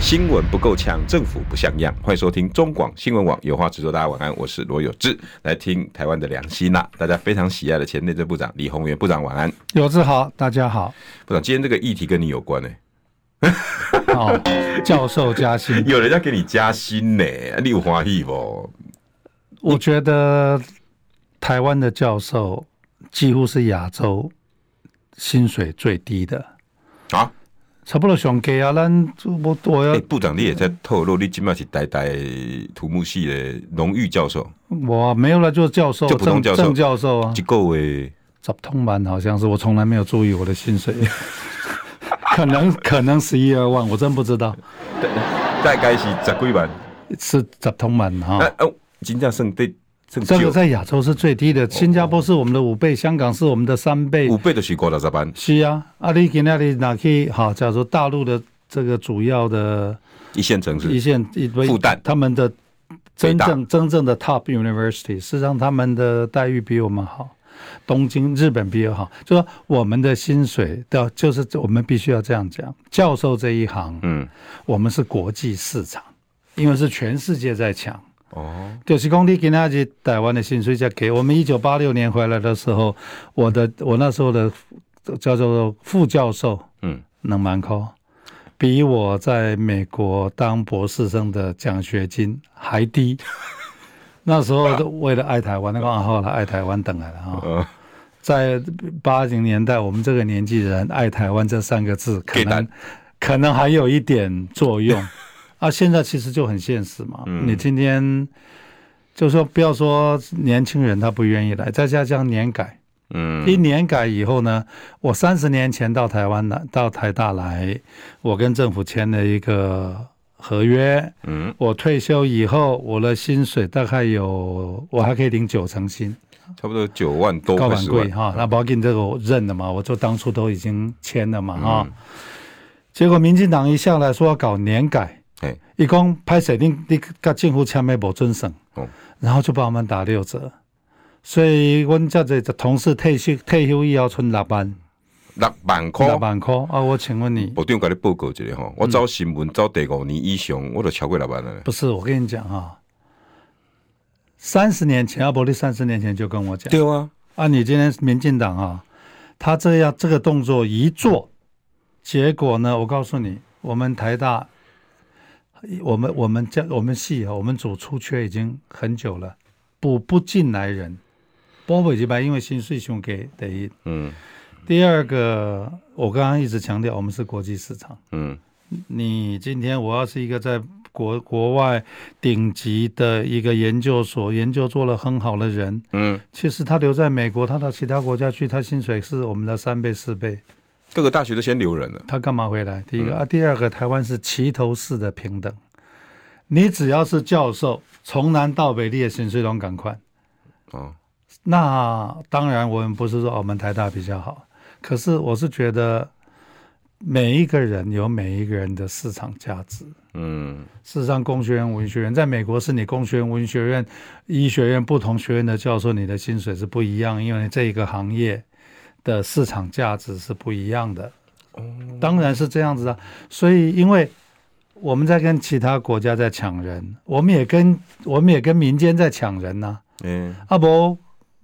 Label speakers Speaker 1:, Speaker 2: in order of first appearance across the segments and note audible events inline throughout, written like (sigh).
Speaker 1: 新闻不够呛，政府不像样。欢迎收听中广新闻网，有话直说。大家晚安，我是罗有志，来听台湾的良心啦、大家非常喜爱的前内政部长李鸿源部长晚安。
Speaker 2: 有志好，大家好。
Speaker 1: 部长，今天这个议题跟你有关呢、
Speaker 2: 哦，教授加薪，
Speaker 1: (laughs) 有人要 (laughs) 给你加薪呢、你有欢喜不？
Speaker 2: 我觉得台湾的教授几乎是亚洲薪水最低的，
Speaker 1: 啊，
Speaker 2: 差不多上给啊，咱我我
Speaker 1: 哎、
Speaker 2: 要
Speaker 1: 部长你也在透露，你今麦是呆呆土木系的荣誉教授，
Speaker 2: 我没有了，就是教授，
Speaker 1: 就普通教
Speaker 2: 正
Speaker 1: 授
Speaker 2: 正教授啊
Speaker 1: 一，个月
Speaker 2: 十通版好像是，我从来没有注意我的薪水， (laughs) 可能可能十一二万，我真不知道
Speaker 1: 大概是十几万，
Speaker 2: 是十通版哈
Speaker 1: 那。哦，真正算对算
Speaker 2: 这个
Speaker 1: 少，
Speaker 2: 在亚洲是最低的，新加坡是我们的五倍，香港是我们的三倍，
Speaker 1: 五倍就是五六十万，
Speaker 2: 是啊，啊，你今天你哪去？好，假如大陆的这个主要的
Speaker 1: 一线城
Speaker 2: 一
Speaker 1: 市
Speaker 2: 线一
Speaker 1: 复旦
Speaker 2: 他们的真
Speaker 1: 北
Speaker 2: 正真正的 top university，事实上他们的待遇比我们好，东京、日本比我好。就说我们的薪水的，就是我们必须要这样讲，教授这一行，
Speaker 1: 嗯，
Speaker 2: 我们是国际市场，因为是全世界在抢。
Speaker 1: 哦，
Speaker 2: 就是讲你给那些台湾的薪水价给我们一九八六年回来的时候，我的我那时候的叫做副教授，
Speaker 1: 嗯，
Speaker 2: 能蛮高，比我在美国当博士生的奖学金
Speaker 1: (laughs)
Speaker 2: 还低。那时候都为了爱台湾，那个后来爱台湾等来了啊、
Speaker 1: 呃，
Speaker 2: 在八零年代，我们这个年纪人爱台湾这三个字，可
Speaker 1: 给
Speaker 2: 能
Speaker 1: 单
Speaker 2: 可能还有一点作
Speaker 1: (laughs)
Speaker 2: 用啊。现在其实就很现实嘛，
Speaker 1: 嗯
Speaker 2: 你今天就说不要说年轻人他不愿意来，再加上年改，
Speaker 1: 嗯，
Speaker 2: 一年改以后呢，我三十年前到台湾来，到台大来，我跟政府签了一个合约，
Speaker 1: 嗯，
Speaker 2: 我退休以后，我的薪水大概有，我还可以领九成薪。
Speaker 1: 差不多九万多，
Speaker 2: 高
Speaker 1: 哦快
Speaker 2: 板
Speaker 1: 十
Speaker 2: 贵
Speaker 1: 万，
Speaker 2: 哈，那保金这个我认了嘛，我就当初都已经签了嘛
Speaker 1: 嗯
Speaker 2: 哈。结果民进党一下来说要搞年改，
Speaker 1: 哎，
Speaker 2: 一共拍水定你跟政府签没无遵守，
Speaker 1: 哦
Speaker 2: 然后就把我们打六折。所以阮这这同事退休退休以后剩六万
Speaker 1: 六万嗯块。
Speaker 2: 六万块啊！我请问你，
Speaker 1: 部长给你报告一下吼，我走新闻走第五年以上，我都超过六万了。
Speaker 2: 不是我跟你讲哈，三十年前阿伯利三十年前就跟我讲，
Speaker 1: 对啊，
Speaker 2: 啊，你今天民进党啊，他这样这个动作一做，结果呢，我告诉你，我们台大，我们我们教我们系啊，我们组出缺已经很久了，补不进来人，波波已经白，因为薪水兄给第一，
Speaker 1: 嗯
Speaker 2: 第二个，我刚刚一直强调，我们是国际市场。
Speaker 1: 嗯
Speaker 2: 你今天我要是一个在国国外顶级的一个研究所研究做了很好的人，
Speaker 1: 嗯，
Speaker 2: 其实他留在美国，他到其他国家去，他薪水是我们的三倍四倍，
Speaker 1: 各个大学都先留人了。
Speaker 2: 他干嘛回来？第一个、啊，第二个，台湾是齐头式的平等，你只要是教授，从南到北，你的薪水都赶快。
Speaker 1: 哦，
Speaker 2: 那当然，我们不是说哦我们台大比较好，可是我是觉得每一个人有每一个人的市场价值。
Speaker 1: 嗯，
Speaker 2: 事实上，工学院、文学院，在美国是你工学院、文学院、医学院不同学院的教授，你的薪水是不一样，因为这一个行业的市场价值是不一样的。当然是这样子啊。所以，因为我们在跟其他国家在抢人，我们也跟我们也跟民间在抢人呐、
Speaker 1: 诶、
Speaker 2: 啊。啊不，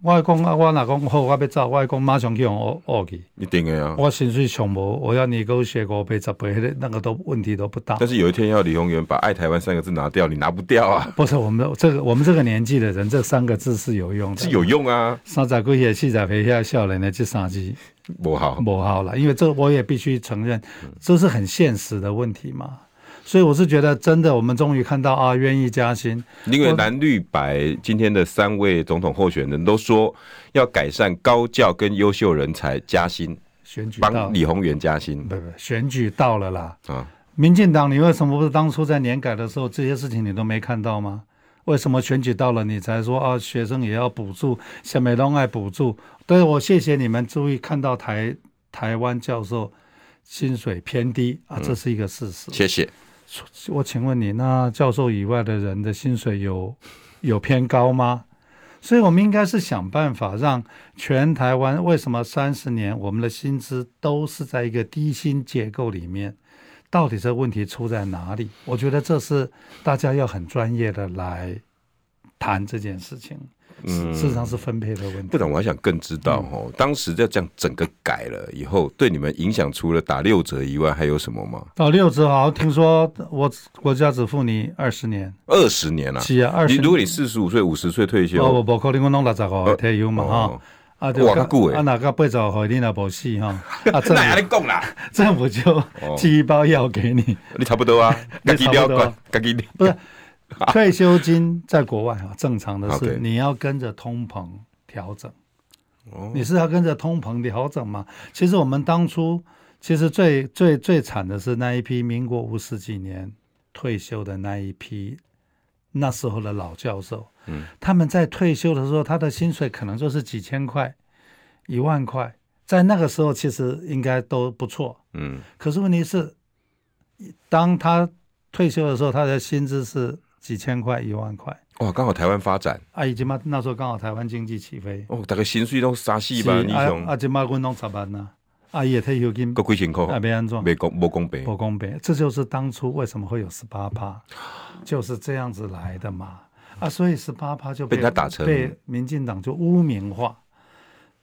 Speaker 2: 我讲啊，我哪讲好，我要走，我讲马上去用恶恶去，
Speaker 1: 一定的啊。
Speaker 2: 我薪水上无，我要你给我写五倍、十倍，那个那个都问题都不大。
Speaker 1: 但是有一天要李鸿源把“爱台湾”三个字拿掉，你拿不掉啊，
Speaker 2: 不是我们这个我们这个年纪的人，这三个字是有用的，
Speaker 1: 是有用啊，
Speaker 2: 三十几岁、四十岁遐少年的这三字
Speaker 1: 不好。
Speaker 2: 不好了，因为这我也必须承认，
Speaker 1: 嗯
Speaker 2: 这是很现实的问题嘛。所以我是觉得，真的，我们终于看到啊，愿意加薪，
Speaker 1: 因为蓝绿白今天的三位总统候选人都说要改善高教跟优秀人才加薪，
Speaker 2: 选举到
Speaker 1: 帮李鸿源加薪
Speaker 2: 不不，选举到了啦。
Speaker 1: 啊。
Speaker 2: 民进党，你为什么不是当初在年改的时候这些事情你都没看到吗？为什么选举到了你才说啊，学生也要补助，小美东爱补助？对我谢谢你们注意看到台台湾教授薪水偏低啊，这是一个事实。
Speaker 1: 谢谢。
Speaker 2: 我请问你，那教授以外的人的薪水有 (laughs) 有偏高吗？所以我们应该是想办法让全台湾为什么三十年我们的薪资都是在一个低薪结构里面，到底这问题出在哪里？我觉得这是大家要很专业的来谈这件事情。
Speaker 1: 嗯
Speaker 2: 事实上是分配的问题。
Speaker 1: 部长，我还想更知道哦，当时要这样整个改了以后，对你们影响除了打六折以外，还有什么吗？
Speaker 2: 哦，六折好，听说我国家只付你二十年，
Speaker 1: 二十年啊，
Speaker 2: 是啊，二
Speaker 1: 你
Speaker 2: 十。哦
Speaker 1: 如果你四十五岁、五十岁退休，
Speaker 2: 我我可能我弄六十号退休嘛哈
Speaker 1: 哦，
Speaker 2: 啊就
Speaker 1: 哇较久欸
Speaker 2: 啊哪个八十号你若无死哈，
Speaker 1: (laughs)
Speaker 2: 啊政
Speaker 1: 那还哦
Speaker 2: 府
Speaker 1: 能供啦？
Speaker 2: 政府就寄一包药给你，
Speaker 1: 你差不多啊，
Speaker 2: (laughs) 你差不多
Speaker 1: 管
Speaker 2: (laughs) 啊，
Speaker 1: 自己了
Speaker 2: 不是退休金在国外啊正常的是
Speaker 1: OK
Speaker 2: 你要跟着通膨调整，你是要跟着通膨调整嘛？其实我们当初其实最最最惨的是那一批民国五十几年退休的那一批那时候的老教授，嗯，他们在退休的时候，他的薪水可能就是几千块、一万块，在那个时候其实应该都不错，
Speaker 1: 嗯，
Speaker 2: 可是问题是，当他退休的时候，他的薪资是几千块、一万块。
Speaker 1: 哇，刚好台湾发展
Speaker 2: 啊，已经嘛，那时候刚好台湾经济起飞，
Speaker 1: 哦，大概薪水都三四吧，
Speaker 2: 是
Speaker 1: 你
Speaker 2: 啊，
Speaker 1: 想
Speaker 2: 啊，即摆阮拢十万呐，啊，伊的退休金
Speaker 1: 个几千块，
Speaker 2: 啊，要安怎？
Speaker 1: 没公没公平，
Speaker 2: 不公平，这就是当初为什么会有十八趴，就是这样子来的嘛。啊，所以十八趴就被
Speaker 1: 被他打成
Speaker 2: 被民进党就污名化。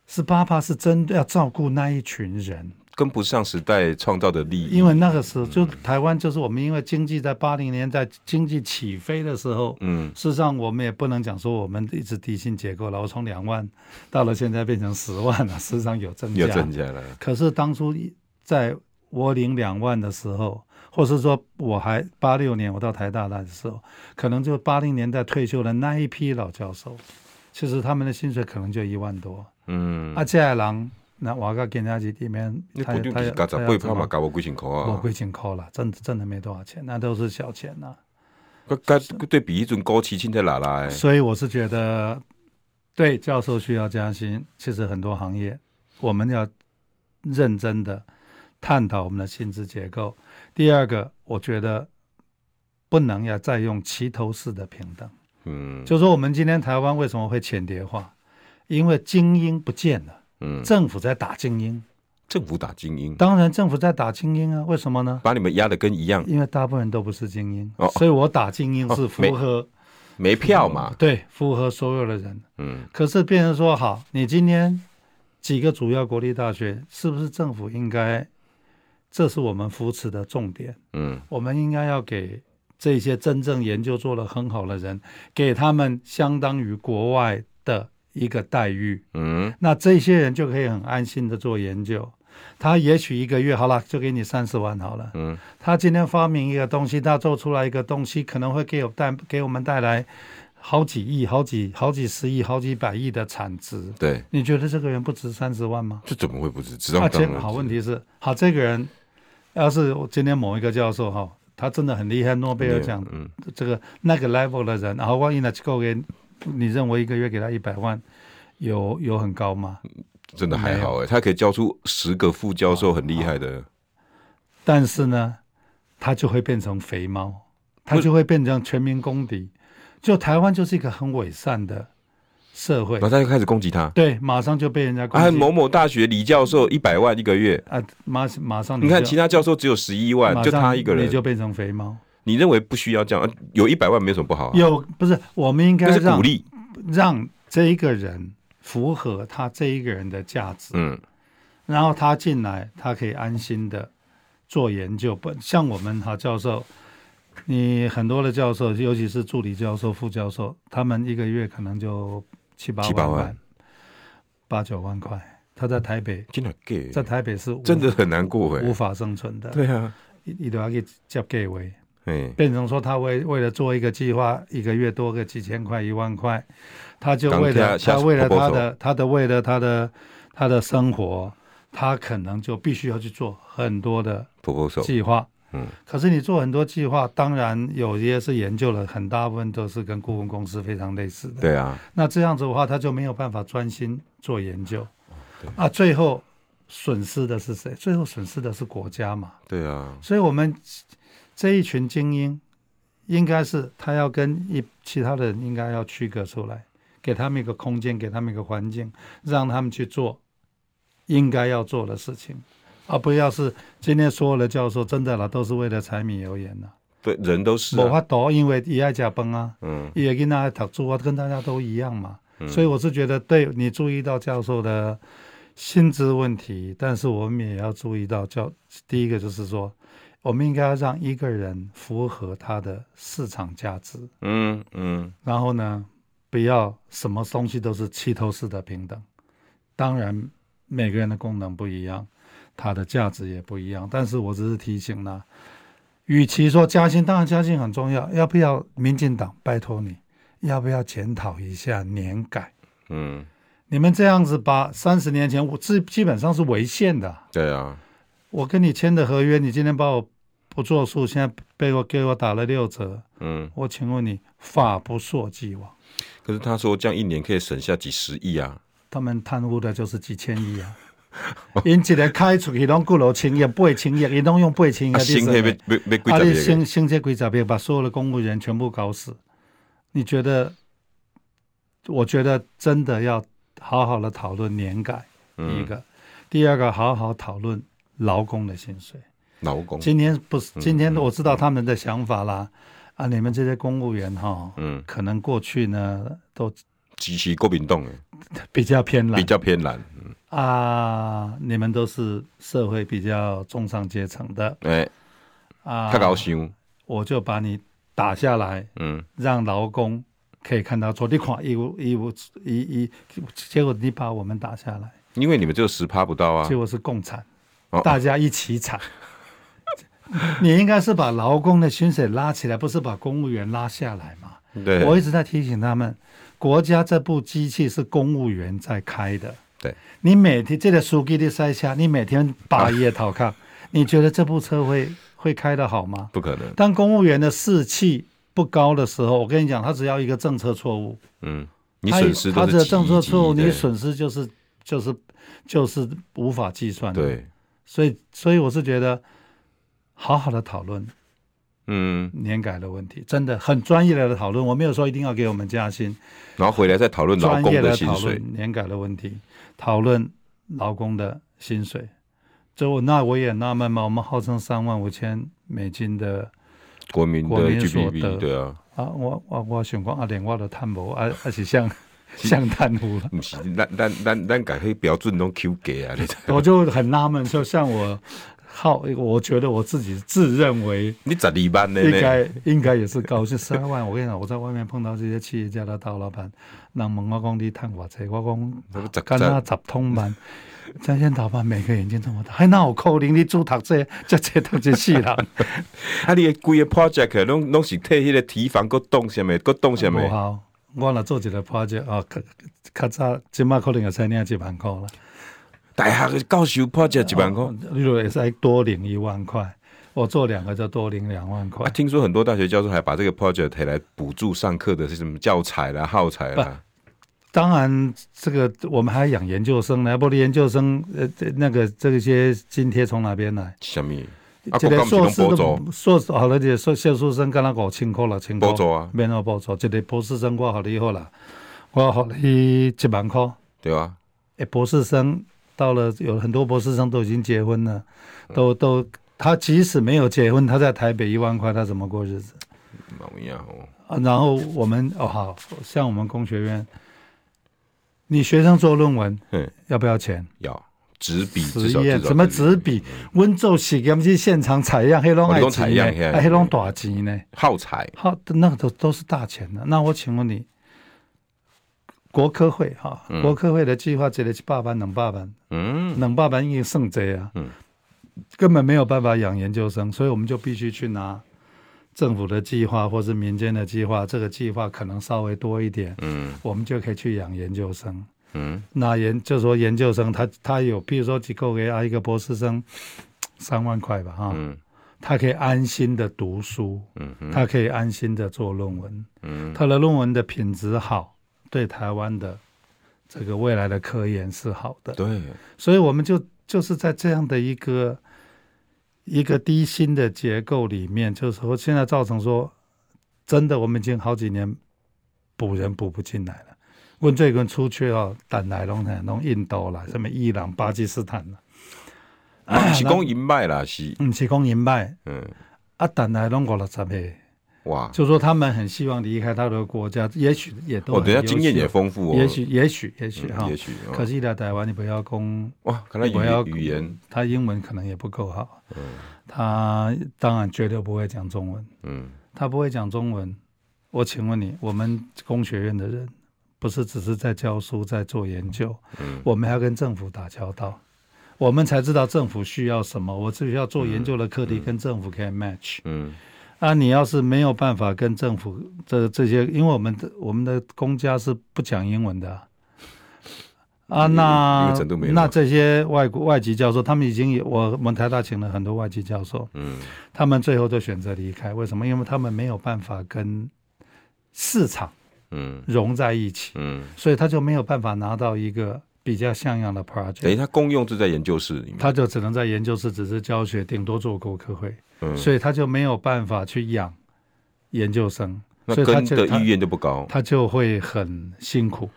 Speaker 2: 十八趴是真的要照顾那一群人，
Speaker 1: 跟不上时代创造的利益
Speaker 2: 因。为那个时候
Speaker 1: 嗯
Speaker 2: 就台湾就是我们因为经济在八零年代经济起飞的时候，
Speaker 1: 嗯，
Speaker 2: 事实上，我们也不能讲说我们一直低薪结构了，我从两万到了现在变成十万了，事实上有增加。
Speaker 1: 又增加了，
Speaker 2: 可是当初在我领两万的时候，或是说我还八六年我到台大的时候，可能就八零年代退休的那一批老教授，其实他们的薪水可能就一万多。
Speaker 1: 嗯，
Speaker 2: 啊，这些人那我个给他里面，
Speaker 1: 你
Speaker 2: 他
Speaker 1: 不定
Speaker 2: 他
Speaker 1: 是
Speaker 2: 要
Speaker 1: 加十
Speaker 2: 他
Speaker 1: 八
Speaker 2: 要怎
Speaker 1: 趴嘛，
Speaker 2: 么
Speaker 1: 加我几千块
Speaker 2: 我
Speaker 1: 啊？
Speaker 2: 贵钱扣了，真的真的没多少钱，那都是小钱呐、
Speaker 1: 我跟对比一阵高七千在哪来？
Speaker 2: 所以我是觉得，对教授需要加薪。其实很多行业，我们要认真的探讨我们的薪资结构。第二个，我觉得不能要再用齐头式的平等，
Speaker 1: 嗯，
Speaker 2: 就说我们今天台湾为什么会浅叠化，因为精英不见了，
Speaker 1: 嗯，
Speaker 2: 政府在打精英。
Speaker 1: 政府打精英，
Speaker 2: 当然，政府在打精英啊，为什么呢？
Speaker 1: 把你们压的跟一样，
Speaker 2: 因为大部分人都不是精英
Speaker 1: 哦，
Speaker 2: 所以我打精英
Speaker 1: 哦
Speaker 2: 是
Speaker 1: (laughs)
Speaker 2: 符
Speaker 1: 没
Speaker 2: 合
Speaker 1: 没票嘛，
Speaker 2: 嗯对符合所有的人。
Speaker 1: 嗯
Speaker 2: 可是变成说，好，你今天几个主要国立大学，是不是政府应该？这是我们扶持的重点，
Speaker 1: 嗯，
Speaker 2: 我们应该要给这些真正研究做得很好的人，给他们相当于国外的一个待遇。
Speaker 1: 嗯，
Speaker 2: 那这些人就可以很安心的做研究。他也许一个月好了，就给你三十万好了。
Speaker 1: 嗯，
Speaker 2: 他今天发明一个东西，他做出来一个东西，可能会给我带给我们带来好几亿、好几好几十亿、好几百亿的产值。
Speaker 1: 对，
Speaker 2: 你觉得这个人不值三十万吗？
Speaker 1: 这怎么会不是？知道
Speaker 2: 而
Speaker 1: 当
Speaker 2: 且
Speaker 1: 然
Speaker 2: 啊好，
Speaker 1: 知
Speaker 2: 问题是，好这个人，要是我今天某一个教授哈，他真的很厉害，诺贝尔奖
Speaker 1: 嗯
Speaker 2: 这个那个 level 的人，然后万一呢，够给你认为一个月给他一百万，有有很高吗？
Speaker 1: 真的还好哎、他可以教出十个副教授很厉害
Speaker 2: 哦
Speaker 1: 的，
Speaker 2: 但是呢，它就会变成肥猫，它就会变成全民公敌。就台湾就是一个很伪善的社会
Speaker 1: 然后，他就开始攻击他。
Speaker 2: 对，马上就被人家攻
Speaker 1: 啊，
Speaker 2: 击
Speaker 1: 某某大学李教授一百万一个月，
Speaker 2: 啊，马马上
Speaker 1: 你看其
Speaker 2: 他
Speaker 1: 他教授只有十一万，就他一个人
Speaker 2: 你，就变成肥猫。
Speaker 1: 你认为不需要这样？啊有一百万没有什么不好、啊，
Speaker 2: 有不是？我们应该
Speaker 1: 那是鼓
Speaker 2: 让
Speaker 1: 励。
Speaker 2: 让这一个人符合他这一个人的价值，
Speaker 1: 嗯
Speaker 2: 然后他进来，他可以安心的做研究。不像我们哈教授，你很多的教授，尤其是助理教授、副教授，他们一个月可能就七八
Speaker 1: 七八
Speaker 2: 万
Speaker 1: 万
Speaker 2: 块、八九万块。他在台北，
Speaker 1: 真的 gay，
Speaker 2: 在台北是无
Speaker 1: 真的很难过哎、
Speaker 2: 无法生存的，
Speaker 1: 对啊，
Speaker 2: 你都要给叫给为，
Speaker 1: 哎，
Speaker 2: 变成说他为为了做一个计划，一个月多个几千块、一万块，他就为
Speaker 1: 刚跳
Speaker 2: 了
Speaker 1: 下
Speaker 2: 他为了
Speaker 1: 坡坡
Speaker 2: 他
Speaker 1: 走
Speaker 2: 的他的为了他的他的生活，他可能就必须要去做很多的
Speaker 1: 婆婆手，
Speaker 2: 计划。嗯，可是你做很多计划，当然有些是研究了，很大部分都是跟顾问公司非常类似的。
Speaker 1: 对啊，
Speaker 2: 那这样子的话，他就没有办法专心做研究，啊，最后损失的是谁？最后损失的是国家嘛。
Speaker 1: 对啊，
Speaker 2: 所以我们这一群精英，应该是他要跟一其他的人应该要区隔出来，给他们一个空间，给他们一个环境，让他们去做应该要做的事情，而不要是今天所有的教授真的了都是为了柴米油盐呐、
Speaker 1: 对，人都是、
Speaker 2: 无
Speaker 1: 啊，
Speaker 2: 法度，因为伊爱食饭啊，
Speaker 1: 嗯，
Speaker 2: 伊会囡仔爱读书啊，跟大家都一样嘛。所以我是觉得，对你注意到教授的薪资问题，但是我们也要注意到教第一个就是说，我们应该要让一个人符合他的市场价值，
Speaker 1: 嗯嗯，
Speaker 2: 然后呢，不要什么东西都是齐头式的平等。当然，每个人的功能不一样，它的价值也不一样。但是我只是提醒啦，与其说加薪，当然加薪很重要，要不要？民进党，拜托你，要不要检讨一下年改？
Speaker 1: 嗯，
Speaker 2: 你们这样子把三十年前我基基本上是违宪的。
Speaker 1: 对啊，
Speaker 2: 我跟你签的合约，你今天把我不作数，现在被我给我打了六折，
Speaker 1: 嗯。
Speaker 2: 我请问你，法不溯既往。
Speaker 1: 可是他说这样一年可以省下几十亿啊，
Speaker 2: 他们贪污的就是几千亿啊！ (laughs) 因一个开出去拢几落千亿、八千亿，伊拢用八千亿
Speaker 1: 啊，
Speaker 2: 你
Speaker 1: 新
Speaker 2: 说
Speaker 1: 黑被被被
Speaker 2: 啊，
Speaker 1: 贵
Speaker 2: 你
Speaker 1: 十亿
Speaker 2: 升升这几十倍，把所有的公务员全部搞死，你觉得？我觉得真的要好好的讨论年改，第
Speaker 1: 嗯
Speaker 2: 一个，第二个，好好讨论劳工的薪水。
Speaker 1: 劳工，
Speaker 2: 今天不是，
Speaker 1: 嗯
Speaker 2: 今天我知道他们的想法啦。啊，你们这些公务员哈，
Speaker 1: 嗯，
Speaker 2: 可能过去呢都
Speaker 1: 极其郭炳栋
Speaker 2: 比较偏懒
Speaker 1: 比，较偏蓝，嗯
Speaker 2: 啊，你们都是社会比较中上阶层的
Speaker 1: 哎，
Speaker 2: 啊，
Speaker 1: 他搞想，
Speaker 2: 我就把你打下来，
Speaker 1: 嗯，
Speaker 2: 让劳工可以看到说，你看一无一无一一，结果你把我们打下来，
Speaker 1: 因为你们只有十趴不到啊
Speaker 2: 结，果是共产，
Speaker 1: 哦
Speaker 2: 大家一起惨。 (laughs) 你应该是把劳工的薪水拉起来，不是把公务员拉下来嘛？
Speaker 1: 对，
Speaker 2: 我一直在提醒他们，国家这部机器是公务员在开的，
Speaker 1: 对，
Speaker 2: 你每天这个书记的塞车，你每天把夜逃
Speaker 1: (laughs)
Speaker 2: 看，你觉得这部车会会开得好吗？
Speaker 1: 不可能，
Speaker 2: 当公务员的士气不高的时候，我跟你讲，他只要一个政策错误，
Speaker 1: 嗯，你
Speaker 2: 他
Speaker 1: 损失
Speaker 2: 他
Speaker 1: 都
Speaker 2: 只
Speaker 1: 是
Speaker 2: 要
Speaker 1: 几
Speaker 2: 政策错误，
Speaker 1: 几亿
Speaker 2: 你
Speaker 1: 对
Speaker 2: 损失就是就是就是无法计算的。，
Speaker 1: 对，
Speaker 2: 所以所以我是觉得，好好的讨论
Speaker 1: 嗯，
Speaker 2: 年改的问题，真的很专业的讨论，我没有说一定要给我们加薪。
Speaker 1: 然后回来再讨论劳
Speaker 2: 专
Speaker 1: 工
Speaker 2: 业
Speaker 1: 的
Speaker 2: 的
Speaker 1: 薪
Speaker 2: 讨
Speaker 1: 水，
Speaker 2: 论年改的问题，讨论劳工的薪水。这我那我也纳闷嘛，我们号称三万五千美金的
Speaker 1: 国民的
Speaker 2: 国民所
Speaker 1: GDP，
Speaker 2: 得
Speaker 1: 对啊，
Speaker 2: 啊，我我我想讲啊，连我都探无啊，而且
Speaker 1: (laughs)
Speaker 2: 像像贪污了，
Speaker 1: 不是，咱咱咱咱改黑标准拢 Q 给
Speaker 2: (laughs)
Speaker 1: 啊，你知
Speaker 2: 我就很纳闷，就像我好，我觉得我自己自认为
Speaker 1: 你咋一班的
Speaker 2: 应
Speaker 1: 呢？
Speaker 2: 该应该也是高兴十二万。我跟你讲，我在外面碰到这些企业家的大老板，人问我讲你探我这，我讲。
Speaker 1: 那不十
Speaker 2: 干那
Speaker 1: 十
Speaker 2: 十通班，在线打扮每个眼睛这么大，还那有可能你主读这这这读这世
Speaker 1: (laughs)
Speaker 2: 人，
Speaker 1: 啊，你的规个 project 拢拢是替迄个提防搁动什么，搁动什
Speaker 2: 无
Speaker 1: 么，
Speaker 2: 效。我若做一个 project 啊，较较早即马可能会使领一万块啦，
Speaker 1: 大学的教授 project 一万块。
Speaker 2: 你就会使多领一万块。我做两个就多领两万块
Speaker 1: 啊，，听说很多大学教授还把这个 project 拿来补助上课的是什么教材啦、耗材啦。
Speaker 2: 当然这个我们还养研究生呢，不然研究生呃这那个这些津贴从哪边来？
Speaker 1: 什么？啊，
Speaker 2: 一
Speaker 1: 国
Speaker 2: 个
Speaker 1: 家
Speaker 2: 硕
Speaker 1: 不
Speaker 2: 士
Speaker 1: 是拢补助，
Speaker 2: 都硕士，好了，这硕硕士生敢若五千块、六千块，
Speaker 1: 补助啊
Speaker 2: 免哦我补助。一个博士生我互你好啦，我互你一万块。
Speaker 1: 对啊吧？
Speaker 2: 诶，博士生到了，有很多博士生都已经结婚了，
Speaker 1: 嗯
Speaker 2: 都都他即使没有结婚，他在台北一万块，他怎么过日子？
Speaker 1: 毛一样哦，
Speaker 2: 啊，然后我们哦，好像我们工学院，你学生做论文
Speaker 1: 哼，
Speaker 2: 要不要钱？
Speaker 1: 要纸笔
Speaker 2: 实
Speaker 1: 至少
Speaker 2: 验
Speaker 1: 至少嗯
Speaker 2: 什么纸笔，温州实验去现场采样，黑龙
Speaker 1: 哦你
Speaker 2: 爱
Speaker 1: 讲采
Speaker 2: 钱
Speaker 1: 样
Speaker 2: 呢
Speaker 1: 那，个
Speaker 2: 啊黑龙大钱呢？
Speaker 1: 耗材？
Speaker 2: 好，那个都都是大钱的。那我请问你，国科会哈、国科会的计划只得去八班能八班，
Speaker 1: 嗯，
Speaker 2: 能八班已经剩这啊，
Speaker 1: 嗯
Speaker 2: 根本没有办法养研究生，所以我们就必须去拿政府的计划或是民间的计划，这个计划可能稍微多一点，
Speaker 1: 嗯
Speaker 2: 我们就可以去养研究生。
Speaker 1: 嗯，
Speaker 2: 那研就说研究生他他有，比如说几个月啊，一个博士生三万块吧哈，
Speaker 1: 嗯
Speaker 2: 他可以安心的读书，
Speaker 1: 嗯哼，
Speaker 2: 他可以安心的做论文，
Speaker 1: 嗯
Speaker 2: 他的论文的品质好，对台湾的这个未来的科研是好的。
Speaker 1: 对，
Speaker 2: 所以我们就就是在这样的一个一个低薪的结构里面，就是说现在造成说，真的我们已经好几年补人补不进来了。问这个出去哦，等来拢来拢印度啦，什么伊朗、巴基斯坦啦，啊
Speaker 1: 嘛是讲银败啦，是
Speaker 2: 毋是讲因败
Speaker 1: 嗯，
Speaker 2: 啊，等来拢五六十岁，
Speaker 1: 哇，
Speaker 2: 就说他们很希望离开他的国家，也许也都
Speaker 1: 哦，
Speaker 2: 很
Speaker 1: 等下
Speaker 2: 优
Speaker 1: 经验
Speaker 2: 秀
Speaker 1: 也丰富哦，
Speaker 2: 也许也许也许哈
Speaker 1: 嗯，也许，哦
Speaker 2: 可惜来台湾你不要攻
Speaker 1: 哇，看来
Speaker 2: 我要
Speaker 1: 语语言，
Speaker 2: 他英文可能也不够好，他当然绝对不会讲中文，
Speaker 1: 嗯，
Speaker 2: 他不会讲中文。我请问你，我们工学院的人不是只是在教书、在做研究，
Speaker 1: 嗯
Speaker 2: 我们还要跟政府打交道，我们才知道政府需要什么。我只需要做研究的课题跟政府可以 match。
Speaker 1: 嗯
Speaker 2: 啊，你要是没有办法跟政府这这些，因为我们的我们的公家是不讲英文的啊，
Speaker 1: 英文
Speaker 2: 啊
Speaker 1: 英
Speaker 2: 那
Speaker 1: 文程度没那么
Speaker 2: 那
Speaker 1: 好
Speaker 2: 这些外国外籍教授，他们已经有我我们台大请了很多外籍教授，
Speaker 1: 嗯
Speaker 2: 他们最后都选择离开，为什么？因为他们没有办法跟市场
Speaker 1: 嗯
Speaker 2: 融在一起，
Speaker 1: 嗯，
Speaker 2: 所以他就没有办法拿到一个比较像样的 project，
Speaker 1: 等于它公用就在研究室里面，
Speaker 2: 他就只能在研究室只是教学，顶多做国科会，
Speaker 1: 嗯，
Speaker 2: 所以他就没有办法去养研究生，
Speaker 1: 那
Speaker 2: 所以他
Speaker 1: 根
Speaker 2: 就
Speaker 1: 的
Speaker 2: 他
Speaker 1: 意愿就不高，
Speaker 2: 他就会很辛苦。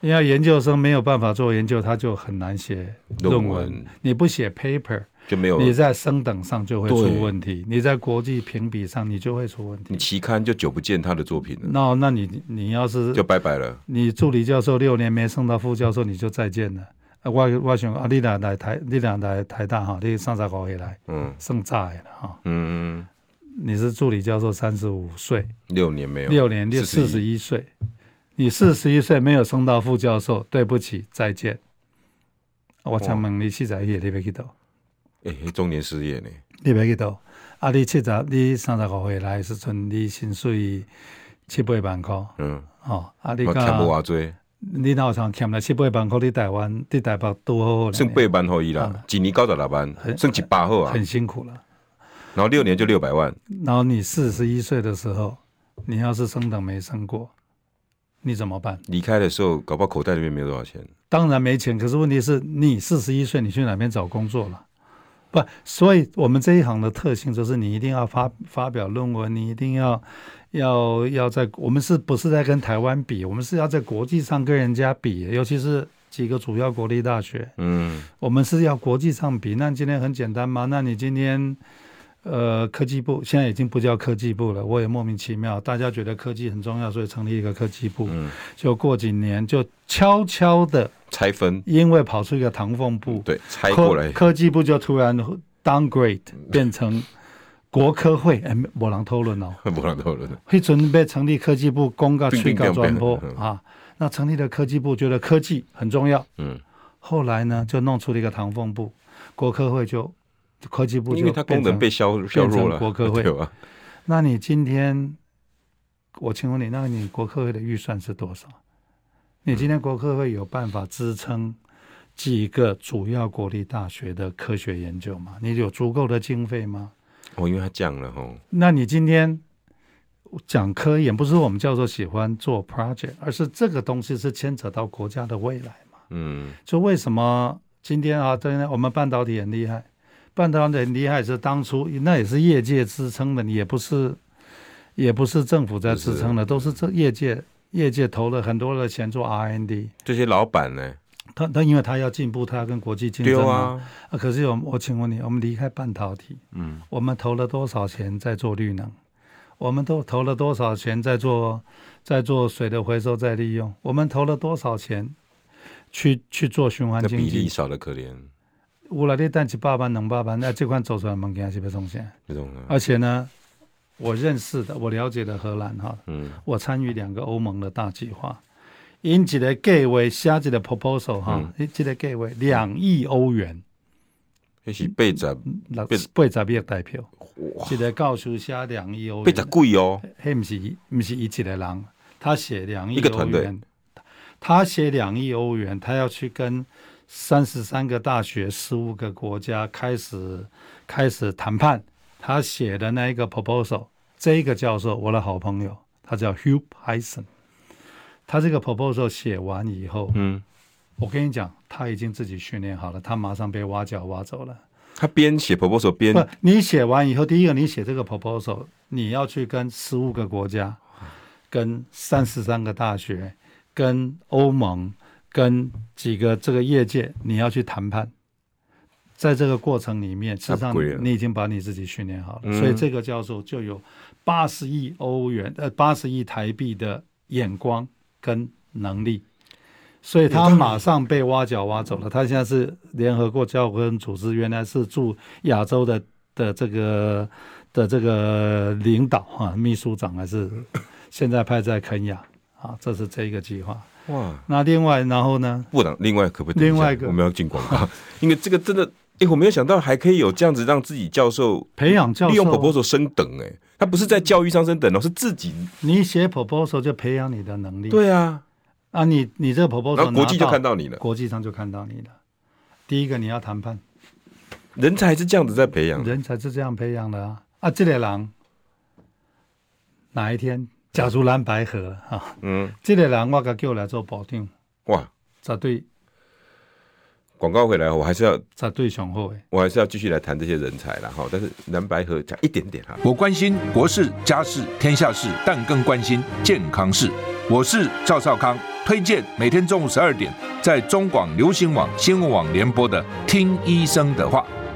Speaker 2: 因为研究生没有办法做研究，他就很难写论
Speaker 1: 论
Speaker 2: 文
Speaker 1: 文。
Speaker 2: 你不写 paper，
Speaker 1: 就没有
Speaker 2: 你在升等上就会出
Speaker 1: 对
Speaker 2: 问题，你在国际评比上你就会出问
Speaker 1: 你
Speaker 2: 题。
Speaker 1: 期刊就久不见他的作品了，
Speaker 2: 那那你你要是
Speaker 1: 就拜拜了，
Speaker 2: 你助理教授六年没升到副教授，你就再见了。啊，我我想啊，你俩来台，你俩来台大哈，你三十五岁来，
Speaker 1: 嗯
Speaker 2: 剩炸的了哈。
Speaker 1: 嗯，
Speaker 2: 你是助理教授，三十五岁，
Speaker 1: 六年没有，
Speaker 2: 六年六四十
Speaker 1: 41
Speaker 2: 一岁，你四十一岁没有升到副教授，对不起，再见。我请问你七十一岁，你要去倒？
Speaker 1: 哎，中年失业呢，
Speaker 2: 你要去倒？啊，你七十，你三十五岁来的时阵，你薪水七八万块，
Speaker 1: 嗯，
Speaker 2: 哦，啊，你
Speaker 1: 我看不
Speaker 2: 讲
Speaker 1: 话追，
Speaker 2: 你哪有通欠了七八万块？你台湾，你台北多好好，
Speaker 1: 剩八万后一啦，一年高达哪班，
Speaker 2: 嗯很
Speaker 1: 剩几百后啊，
Speaker 2: 很辛苦了。
Speaker 1: 然后六年就六百万，
Speaker 2: 然后你四十一岁的时候，你要是升等没升过，你怎么办？
Speaker 1: 离开的时候搞不好口袋里面没有多少钱，
Speaker 2: 当然没钱，可是问题是你四十一岁，你去哪边找工作了？不，所以我们这一行的特性就是你一定要发发表论文，你一定要要要在我们是不是在跟台湾比？我们是要在国际上跟人家比，尤其是几个主要国立大学，
Speaker 1: 嗯
Speaker 2: 我们是要国际上比。那今天很简单嘛？那你今天呃科技部现在已经不叫科技部了，我也莫名其妙，大家觉得科技很重要，所以成立一个科技部，
Speaker 1: 嗯，
Speaker 2: 就过几年就悄悄的。
Speaker 1: 拆分，
Speaker 2: 因为跑出一个唐凤部，
Speaker 1: 嗯对，拆过来嗯
Speaker 2: 科，科技部就突然 downgrade 变成国科会，哎，我人讨论哦，
Speaker 1: (laughs) 不让讨论了，
Speaker 2: 会准备成立科技部，公告
Speaker 1: 并
Speaker 2: 去告
Speaker 1: 并不
Speaker 2: 传播
Speaker 1: 嗯
Speaker 2: 啊。那成立了科技部，觉得科技很重要，
Speaker 1: 嗯，
Speaker 2: 后来呢就弄出了一个唐凤部，国科会就科技部
Speaker 1: 因
Speaker 2: 就
Speaker 1: 为它
Speaker 2: 变
Speaker 1: 功能
Speaker 2: 成
Speaker 1: 被削削弱了，
Speaker 2: 变成国科会
Speaker 1: 对吧？
Speaker 2: 那你今天，我请问你，那你国科会的预算是多少？你今天国科会有办法支撑几个主要国立大学的科学研究吗？你有足够的经费吗？
Speaker 1: 哦，因为它降了吼，
Speaker 2: 那你今天讲科研，不是我们教授喜欢做 project，而是这个东西是牵扯到国家的未来嘛？
Speaker 1: 嗯
Speaker 2: 就为什么今天啊，真的我们半导体很厉害，半导体很厉害是当初那也是业界支撑的，也不是也不是政府在支撑的，都是这业界业界投了很多的钱做 R&D，
Speaker 1: 这些老板呢，
Speaker 2: 他他因为他要进步，他要跟国际竞
Speaker 1: 对
Speaker 2: 争嘛。
Speaker 1: 啊，
Speaker 2: 啊可是我们我请问你，我们离开半导体，
Speaker 1: 嗯，
Speaker 2: 我们投了多少钱在做绿能？我们都投了多少钱在做在做水的回收再利用？我们投了多少钱去去做循环
Speaker 1: 那
Speaker 2: 经
Speaker 1: 比
Speaker 2: 济
Speaker 1: 例？少的可怜，
Speaker 2: 有啦，你等一百万、两百万，啊那这款做出来的物件是要创啥？
Speaker 1: 这种啊，
Speaker 2: 而且呢，我认识的、我了解的荷兰哈，
Speaker 1: 嗯
Speaker 2: 我参与两个欧盟的大计划，因一个计划写一个 proposal 哈，
Speaker 1: 嗯
Speaker 2: 这个计划两亿欧元，
Speaker 1: 那是被十
Speaker 2: 六
Speaker 1: 八
Speaker 2: 八十亿代票，
Speaker 1: 哇，
Speaker 2: 一个教授写两亿欧
Speaker 1: 被十
Speaker 2: 元，
Speaker 1: 贵哦，
Speaker 2: 迄不是不是伊一个人，他写两亿
Speaker 1: 一个
Speaker 2: 欧
Speaker 1: 团队
Speaker 2: 元，他写两亿欧元，他要去跟三十三个大学、十五个国家开始开始谈判，他写的那一个 proposal，这一个教授，我的好朋友，他叫 Hugh Python，他这个 proposal 写完以后，
Speaker 1: 嗯，
Speaker 2: 我跟你讲，他已经自己训练好了，他马上被挖角挖走了。
Speaker 1: 他边写 proposal 边
Speaker 2: 不，你写完以后，第一个你写这个 proposal，你要去跟十五个国家、跟三十三个大学、跟欧盟、跟几个这个业界，你要去谈判。在这个过程里面，事实上
Speaker 1: Upgrade 了
Speaker 2: 你已经把你自己训练好了，
Speaker 1: 嗯
Speaker 2: 所以这个教授就有八十亿欧元呃八十亿台币的眼光跟能力，所以他马上被挖角挖走了。他现在是联合国教科文组织原来是驻亚洲的的这个的这个领导啊，秘书长还是现在派在肯亚啊，这是这一个计划。
Speaker 1: 哇，
Speaker 2: 那另外然后呢？
Speaker 1: 部长，另外可不可以等下
Speaker 2: 另外一个
Speaker 1: 我们要进广
Speaker 2: (laughs)
Speaker 1: 告，因为这个真的，哎、我没有想到还可以有这样子让自己教授
Speaker 2: 培养教
Speaker 1: 利用
Speaker 2: 授，啊
Speaker 1: proposal 升等、哎，他不是在教育上升等哦，是自己
Speaker 2: 你写 proposal 就培养你的能力。
Speaker 1: 对啊，
Speaker 2: 啊，你你这个
Speaker 1: 然
Speaker 2: proposal
Speaker 1: 后国际就
Speaker 2: 拿
Speaker 1: 看到你了，
Speaker 2: 国际上就看到你了。第一个你要谈判，
Speaker 1: 人才是这样子在培养的，
Speaker 2: 人才是这样培养的啊啊，这类人哪一天假如蓝白合啊，
Speaker 1: 嗯，
Speaker 2: 这类人我甲叫来做保长，
Speaker 1: 哇，
Speaker 2: 绝对
Speaker 1: 广告回来，我还是要
Speaker 2: 绝对上好的。
Speaker 1: 我还是要继续来谈这些人才啦，哈，但是蓝白河讲一点点哈，
Speaker 3: 我关心国事、家事、天下事，但更关心健康事。我是赵少康，推荐每天中午十二点在中广流行网、新闻网联播的《听医生的话》。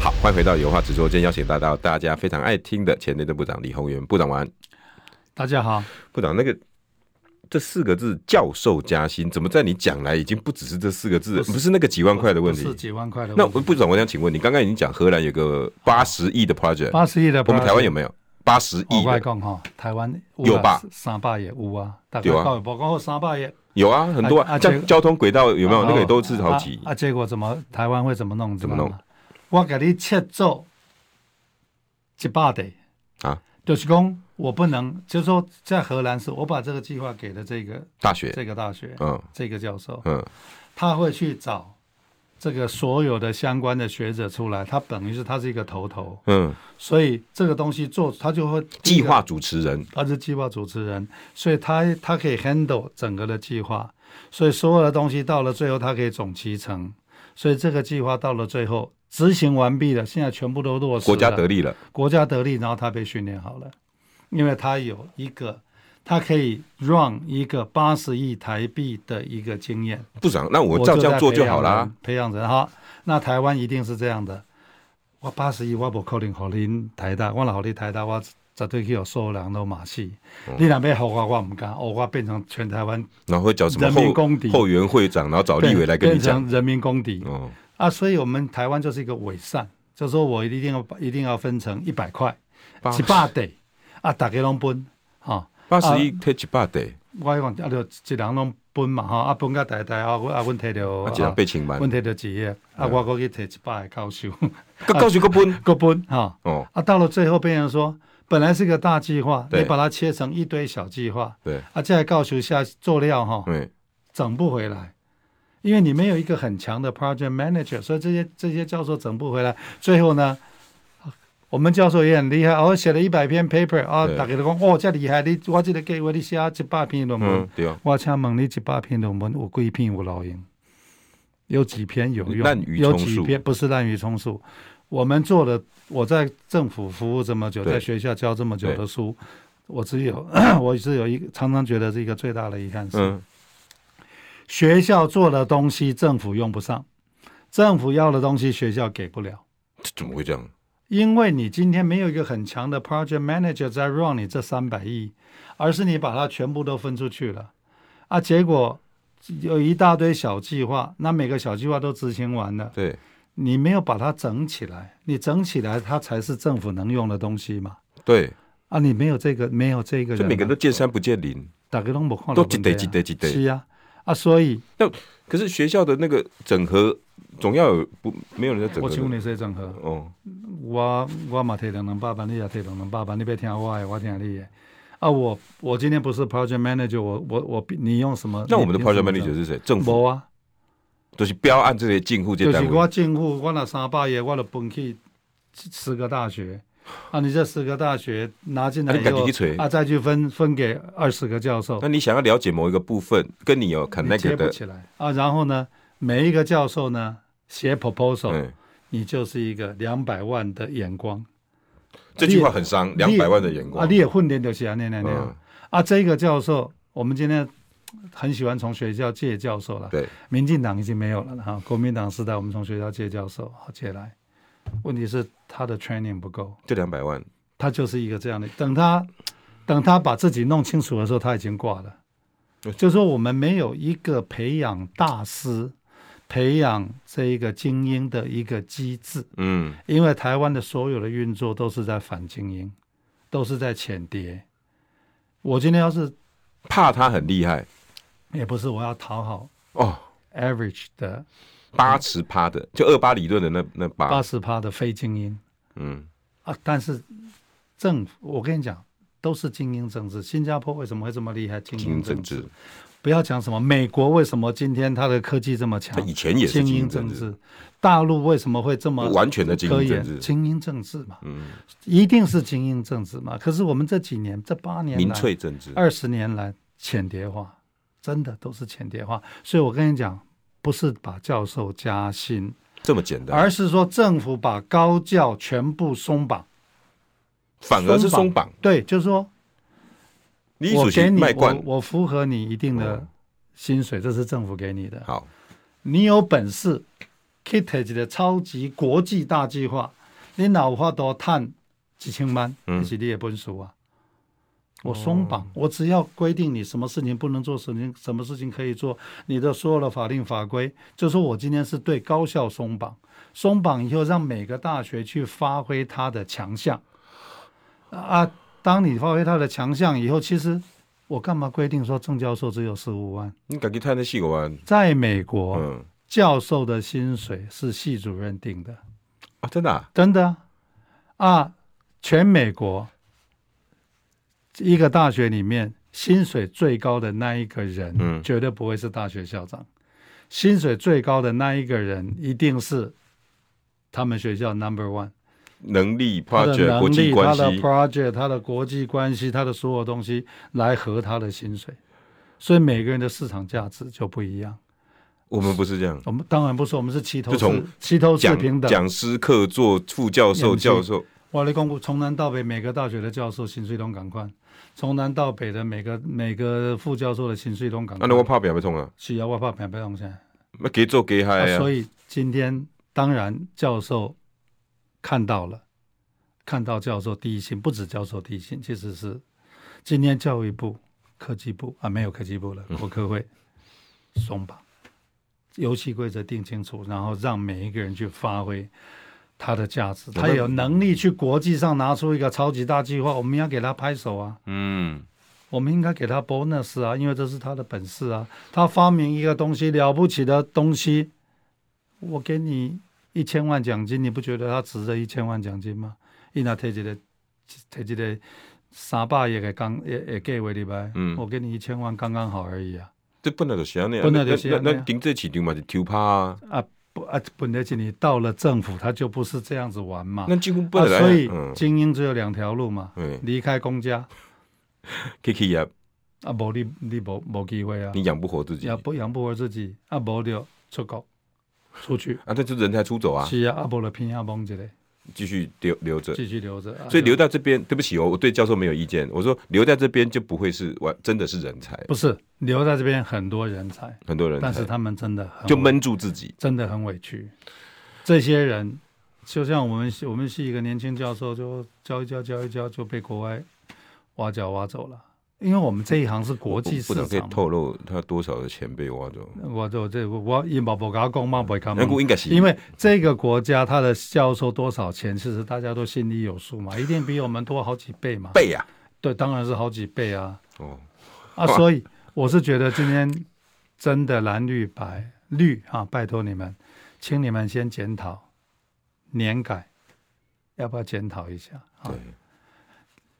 Speaker 1: 好，欢迎回到有话直说，今天邀请到到大家非常爱听的前内政部长李鸿源部长晚安。
Speaker 2: 大家好，
Speaker 1: 部长，那个这四个字“教授加薪”，怎么在你讲来已经不只是这四个字，
Speaker 2: 不是
Speaker 1: 不是那个几万块的问
Speaker 2: 不是
Speaker 1: 题？
Speaker 2: 几万块的
Speaker 1: 那
Speaker 2: 问
Speaker 1: 我
Speaker 2: 题。
Speaker 1: 部长，我想请问你，刚刚已经讲荷兰有个八十亿哦的 project，
Speaker 2: 八十亿的，
Speaker 1: 我们台湾有没有八十
Speaker 2: 我
Speaker 1: 亿
Speaker 2: 跟你
Speaker 1: 的？
Speaker 2: 讲哈，台湾
Speaker 1: 有吧？
Speaker 2: 三百也有啊，大概
Speaker 1: 对啊
Speaker 2: 讲包括三百也
Speaker 1: 有啊，很多
Speaker 2: 啊
Speaker 1: 啊，
Speaker 2: 啊
Speaker 1: 像
Speaker 2: 这个
Speaker 1: 交通轨道有没有？那个也都是好
Speaker 2: 啊
Speaker 1: 几亿
Speaker 2: 啊。结果怎么台湾会怎么弄？
Speaker 1: 怎么弄？
Speaker 2: 我给你切做一百地
Speaker 1: 啊，
Speaker 2: 就是讲我不能，就是说在荷兰是我把这个计划给了这个
Speaker 1: 大学，
Speaker 2: 这个大学，
Speaker 1: 嗯
Speaker 2: 这个教授，
Speaker 1: 嗯，
Speaker 2: 他会去找这个所有的相关的学者出来，他等于是他是一个头头，
Speaker 1: 嗯，
Speaker 2: 所以这个东西做他就会第一
Speaker 1: 计
Speaker 2: 个
Speaker 1: 划主持人，
Speaker 2: 他是计划主持人，所以他他可以 handle 整个的计划，所以所有的东西到了最后，他可以总集成。所以这个计划到了最后执行完毕了，现在全部都落实了
Speaker 1: 国家得利了，
Speaker 2: 国家得利，然后他被训练好了，因为他有一个，他可以 run 一个八十亿台币的一个经验。
Speaker 1: 部长，那我照这样做就好啦。
Speaker 2: 培养人哈，那台湾一定是这样的。我八十亿，我不可能互恁台大，我若互你台大，我绝对去有所有人都骂死。
Speaker 1: 哦
Speaker 2: 你若要互我，我唔敢，哦，我变成全台湾
Speaker 1: 然后会找什么
Speaker 2: 人民
Speaker 1: 后
Speaker 2: 公敌
Speaker 1: 后援会长，然后找哦立委来跟你
Speaker 2: 变
Speaker 1: 讲
Speaker 2: 成。人民公敌
Speaker 1: 哦，
Speaker 2: 啊！所以我们台湾就是一个伪善，就是说我一定要一定要分成一百块、
Speaker 1: 八
Speaker 2: 一百地啊，大家拢分哈。
Speaker 1: 八十亿推几百的，
Speaker 2: 我讲啊，就一人拢分嘛吼，啊分甲大大啊，我啊阮摕着，
Speaker 1: 啊，这样被侵犯
Speaker 2: 阮，摕着几个，啊我过去摕一百个教授，
Speaker 1: 告告诉个分
Speaker 2: 各分哈，
Speaker 1: 哦，
Speaker 2: 啊到了最后变成说，本来是个大计划，
Speaker 1: 对
Speaker 2: 你把它切成一堆小计划，
Speaker 1: 对，
Speaker 2: 啊再来告诉下做料哈，
Speaker 1: 对，
Speaker 2: 整不回来。因为你没有一个很强的 project manager，所以这些这些教授整不回来。最后呢，我们教授也很厉害，哦，写了一百篇 paper 啊，
Speaker 1: 对
Speaker 2: 大家都讲哦，这厉害，你我这个计划你写一百篇论文，
Speaker 1: 嗯，对哦，
Speaker 2: 我请问你一百篇论文有几篇有路用？有几篇有用？
Speaker 1: 滥竽
Speaker 2: 有
Speaker 1: 充
Speaker 2: 几
Speaker 1: 数
Speaker 2: 篇不是滥竽充数？我们做了，我在政府服务这么久，
Speaker 1: 对
Speaker 2: 在学校教这么久
Speaker 1: 对
Speaker 2: 的书，我只有 (clears throat) 我只有一个常常觉得是一个最大的遗憾是，
Speaker 1: 嗯，
Speaker 2: 学校做的东西政府用不上，政府要的东西学校给不了，
Speaker 1: 这怎么会这样？
Speaker 2: 因为你今天没有一个很强的 project manager 在 run 你这三百亿，而是你把它全部都分出去了，啊，结果有一大堆小计划，那每个小计划都执行完了，
Speaker 1: 对，
Speaker 2: 你没有把它整起来，你整起来它才是政府能用的东西嘛。
Speaker 1: 对，
Speaker 2: 啊，你没有这个，没有这个人
Speaker 1: 就
Speaker 2: 啊，
Speaker 1: 每个人都见山不见林。
Speaker 2: 大家都没看
Speaker 1: 都
Speaker 2: 到，
Speaker 1: 一地一地一地
Speaker 2: 是啊，啊，所以
Speaker 1: 那可是学校的那个整合，总要有不没有人在整合
Speaker 2: 我
Speaker 1: 的。
Speaker 2: 请问你谁整合？
Speaker 1: 哦，
Speaker 2: 我我嘛摕两两百万，你也摕两两百万，你别听我的，我听你的。啊，我我今天不是 project manager，我我我比，你用什么？
Speaker 1: 那我们的
Speaker 2: 你凭
Speaker 1: project
Speaker 2: 什么
Speaker 1: manager 是谁？政府
Speaker 2: 无啊，
Speaker 1: 都是标案这些进户
Speaker 2: 就
Speaker 1: 这
Speaker 2: 是
Speaker 1: 单
Speaker 2: 我
Speaker 1: 位。
Speaker 2: 政府，我那三百亿，我就分去十个大学。啊，你这十个大学拿进来
Speaker 1: 啊你
Speaker 2: 以
Speaker 1: 自己
Speaker 2: 后
Speaker 1: 去锤，
Speaker 2: 啊，再去分分给二十个教授
Speaker 1: 那，你想要了解某一个部分，跟你有
Speaker 2: 哦你接
Speaker 1: connect
Speaker 2: 不
Speaker 1: 的，
Speaker 2: 起来啊。然后呢，每一个教授呢写 proposal，、
Speaker 1: 嗯，
Speaker 2: 你就是一个两百万的眼光，
Speaker 1: 这句话很伤，两百万的眼光
Speaker 2: 啊，你。也混点就是啊，那那那样
Speaker 1: 嗯
Speaker 2: 啊。这个教授，我们今天很喜欢从学校借教授了，
Speaker 1: 对，
Speaker 2: 民进党已经没有了哈，国民党时代我们从学校借教授好借来，问题是他的 training 不够，
Speaker 1: 就两百万，
Speaker 2: 他就是一个这样的。等他等他把自己弄清楚的时候，他已经挂了
Speaker 1: 对。
Speaker 2: 就说我们没有一个培养大师、培养这一个精英的一个机制，
Speaker 1: 嗯，
Speaker 2: 因为台湾的所有的运作都是在反精英，都是在潜谍。我今天要是
Speaker 1: 怕他很厉害
Speaker 2: 也不是我要讨好
Speaker 1: 哦，
Speaker 2: average 的
Speaker 1: 八十趴的，就二八理论的那那
Speaker 2: 八
Speaker 1: 八，
Speaker 2: 十趴的非精英
Speaker 1: 嗯，
Speaker 2: 啊，但是政府，我跟你讲，都是精英政治。新加坡为什么会这么厉害？精
Speaker 1: 精英
Speaker 2: 英
Speaker 1: 政
Speaker 2: 政
Speaker 1: 治
Speaker 2: 治。，不要讲什么美国为什么今天它的科技这么强
Speaker 1: 他，以前也是
Speaker 2: 精
Speaker 1: 精
Speaker 2: 英
Speaker 1: 英
Speaker 2: 政
Speaker 1: 政治，
Speaker 2: 治。大陆为什么会这么
Speaker 1: 完全的精
Speaker 2: 科
Speaker 1: 英
Speaker 2: 研
Speaker 1: 政治，
Speaker 2: 精英政治嘛，
Speaker 1: 嗯，
Speaker 2: 一定是精英政治嘛。可是我们这几年这八年
Speaker 1: 民
Speaker 2: 来，
Speaker 1: 粹政治，
Speaker 2: 二十年来浅碟化，真的都是浅碟化。所以我跟你讲，不是把教授加薪，
Speaker 1: 这么简单，
Speaker 2: 而是说政府把高教全部松绑，
Speaker 1: 反而是松绑。
Speaker 2: 对，就是说
Speaker 1: 李
Speaker 2: 我
Speaker 1: 主席
Speaker 2: 给你
Speaker 1: 卖冠
Speaker 2: 我，我符合你一定的
Speaker 1: 嗯
Speaker 2: 薪水，这是政府给你的。
Speaker 1: 好，
Speaker 2: 你有本事 k i t t 的超级国际大计划，你脑花都探几千万，
Speaker 1: 嗯
Speaker 2: 那是你的本事啊。我松绑，我只要规定你什么事情不能做，什么什么事情可以做，你的所有的法令法规，就说我今天是对高校松绑，松绑以后让每个大学去发挥它的强项。啊，当你发挥它的强项以后，其实我干嘛规定说郑教授只有十五万？
Speaker 1: 你赶紧探那细个玩，
Speaker 2: 在美国，
Speaker 1: 嗯
Speaker 2: 教授的薪水是系主任定的，
Speaker 1: 啊，真的啊，
Speaker 2: 真的啊啊！全美国一个大学里面，薪水最高的那一个人，
Speaker 1: 嗯
Speaker 2: 绝对不会是大学校长，薪水最高的那一个人一定是他们学校 number one。
Speaker 1: 能力
Speaker 2: 他的
Speaker 1: project 国
Speaker 2: 能
Speaker 1: 际
Speaker 2: 力、
Speaker 1: 关
Speaker 2: 他的
Speaker 1: 系，
Speaker 2: project、他的国际关系、他的所有东西来和他的薪水，所以每个人的市场价值就不一样。
Speaker 1: 我们不是这样，
Speaker 2: 我们当然不是，我们是齐头
Speaker 1: 就从
Speaker 2: 是齐头是平
Speaker 1: 讲
Speaker 2: 等。
Speaker 1: 讲师、客座、副教授、
Speaker 2: 演戏
Speaker 1: 教授，
Speaker 2: 我来公从南到北每个大学的教授薪水都赶快，从南到北的每个每个副教授的薪水都赶
Speaker 1: 那
Speaker 2: 快。
Speaker 1: 那我怕表没痛啊，
Speaker 2: 是啊，我怕平白弄钱。
Speaker 1: 那给做给嗨
Speaker 2: 啊
Speaker 1: 啊
Speaker 2: 所，以今天当然教授看到了，看到教授第一性，不止教授第一性，其实是今天教育部、科技部啊，没有科技部了，国科会松绑，游戏规则定清楚，然后让每一个人去发挥。他的价值，他有能力去国际上拿出一个超级大计划，我们要给他拍手啊！
Speaker 1: 嗯，
Speaker 2: 我们应该给他 bonus 啊，因为这是他的本事啊。他发明一个东西了不起的东西，我给你一千万奖金，你不觉得他值这一千万奖金吗？伊拿摕一个摕一个三百亿的工也也计划入来，
Speaker 1: 嗯
Speaker 2: 我给你一千万刚刚好而已啊。
Speaker 1: 这本来就是安尼啊，
Speaker 2: 本来就是这样
Speaker 1: 那那顶这市场嘛是抽趴啊，
Speaker 2: 啊不啊，本来是你到了政府，他就不是这样子玩嘛。
Speaker 1: 那几乎本
Speaker 2: 啊、
Speaker 1: 来
Speaker 2: 所以
Speaker 1: 嗯，
Speaker 2: 精英只有两条路嘛，
Speaker 1: 对
Speaker 2: 离开公家
Speaker 1: 去企业
Speaker 2: 啊，无你你无无机会啊。
Speaker 1: 你养不活自己
Speaker 2: 也
Speaker 1: 啊，
Speaker 2: 不养不活自己，啊，无就出国出去，
Speaker 1: 那就人才出走啊，
Speaker 2: 是啊，啊，无就拼啊蒙一个，
Speaker 1: 继续留留着。
Speaker 2: 继续留着。啊
Speaker 1: 所以留
Speaker 2: 就
Speaker 1: 在这边，对不起哦，我对教授没有意见。我说留在这边就不会是完，真的是人才，
Speaker 2: 不是留在这边很多人才，
Speaker 1: 很多人才
Speaker 2: 但是他啊们真的很
Speaker 1: 就
Speaker 2: 委，
Speaker 1: 闷住自己。
Speaker 2: 真的很委屈。这些人就像我们系我们系一个年轻教授，就教一教教一教就被国外挖角挖走了。因为我们这一行是国际
Speaker 1: 不
Speaker 2: 市
Speaker 1: 能可以
Speaker 2: 场嘛，嗯
Speaker 1: 透露他多少的钱被挖走。
Speaker 2: 我就这我也冇冇搞公嘛，不会干嘛
Speaker 1: 那。个应该是
Speaker 2: 因为这个国家它的销售多少钱，其实大家都心里有
Speaker 1: (laughs)
Speaker 2: 数嘛，一定比我们多好几倍嘛。
Speaker 1: 背啊，
Speaker 2: 对，当然是好几倍啊。
Speaker 1: 哦，
Speaker 2: 啊，所以我是觉得今天真的蓝绿白绿啊，拜托你们，请你们先检讨年改，要不要检讨一下啊
Speaker 1: 对？，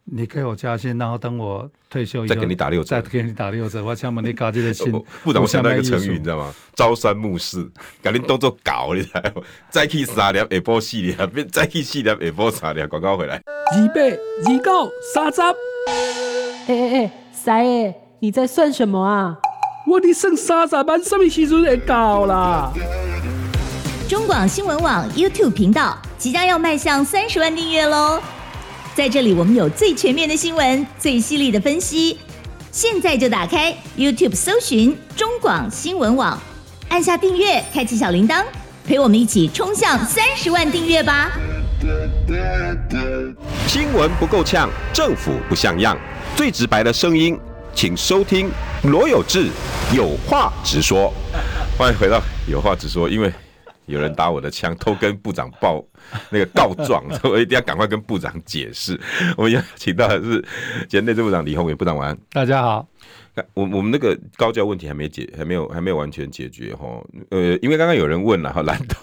Speaker 2: 你给我加薪，然后等我退休以后
Speaker 1: 再给你打六折
Speaker 2: 再。给你打六折，我想问你搞这个薪
Speaker 1: 哦，部 (laughs) 长，我想到一个成
Speaker 2: 我想
Speaker 1: 语，
Speaker 2: 买
Speaker 1: 你知道吗？朝三暮四，赶紧动作搞，你知道吗？再去三粒，下波四粒，变再去四粒，下波三粒，广告回来。
Speaker 4: 二八、二九、三十，
Speaker 5: 哎哎哎，塞哎，你在算什么啊？
Speaker 4: 我伫算三十万什么时阵会到啦？
Speaker 6: 中广新闻网 YouTube 频道即将要迈向三十万订阅喽！在这里，我们有最全面的新闻，最犀利的分析。现在就打开 YouTube 搜寻中广新闻网，按下订阅，开启小铃铛，陪我们一起冲向三十万订阅吧！
Speaker 1: 新闻不够呛，政府不像样，最直白的声音，请收听罗有志有话直说。欢迎回到有话直说，因为有人打我的枪，偷跟部长报那个告状，所以我一定要赶快跟部长解释。我们要请到的是前内政部长李鸿伟，部长晚安。
Speaker 2: (laughs) 大家好，
Speaker 1: 那我我们那个高教问题还没解，还没有还没有完全解决哈。呃，因为刚刚有人问了哈，蓝 (laughs) 头，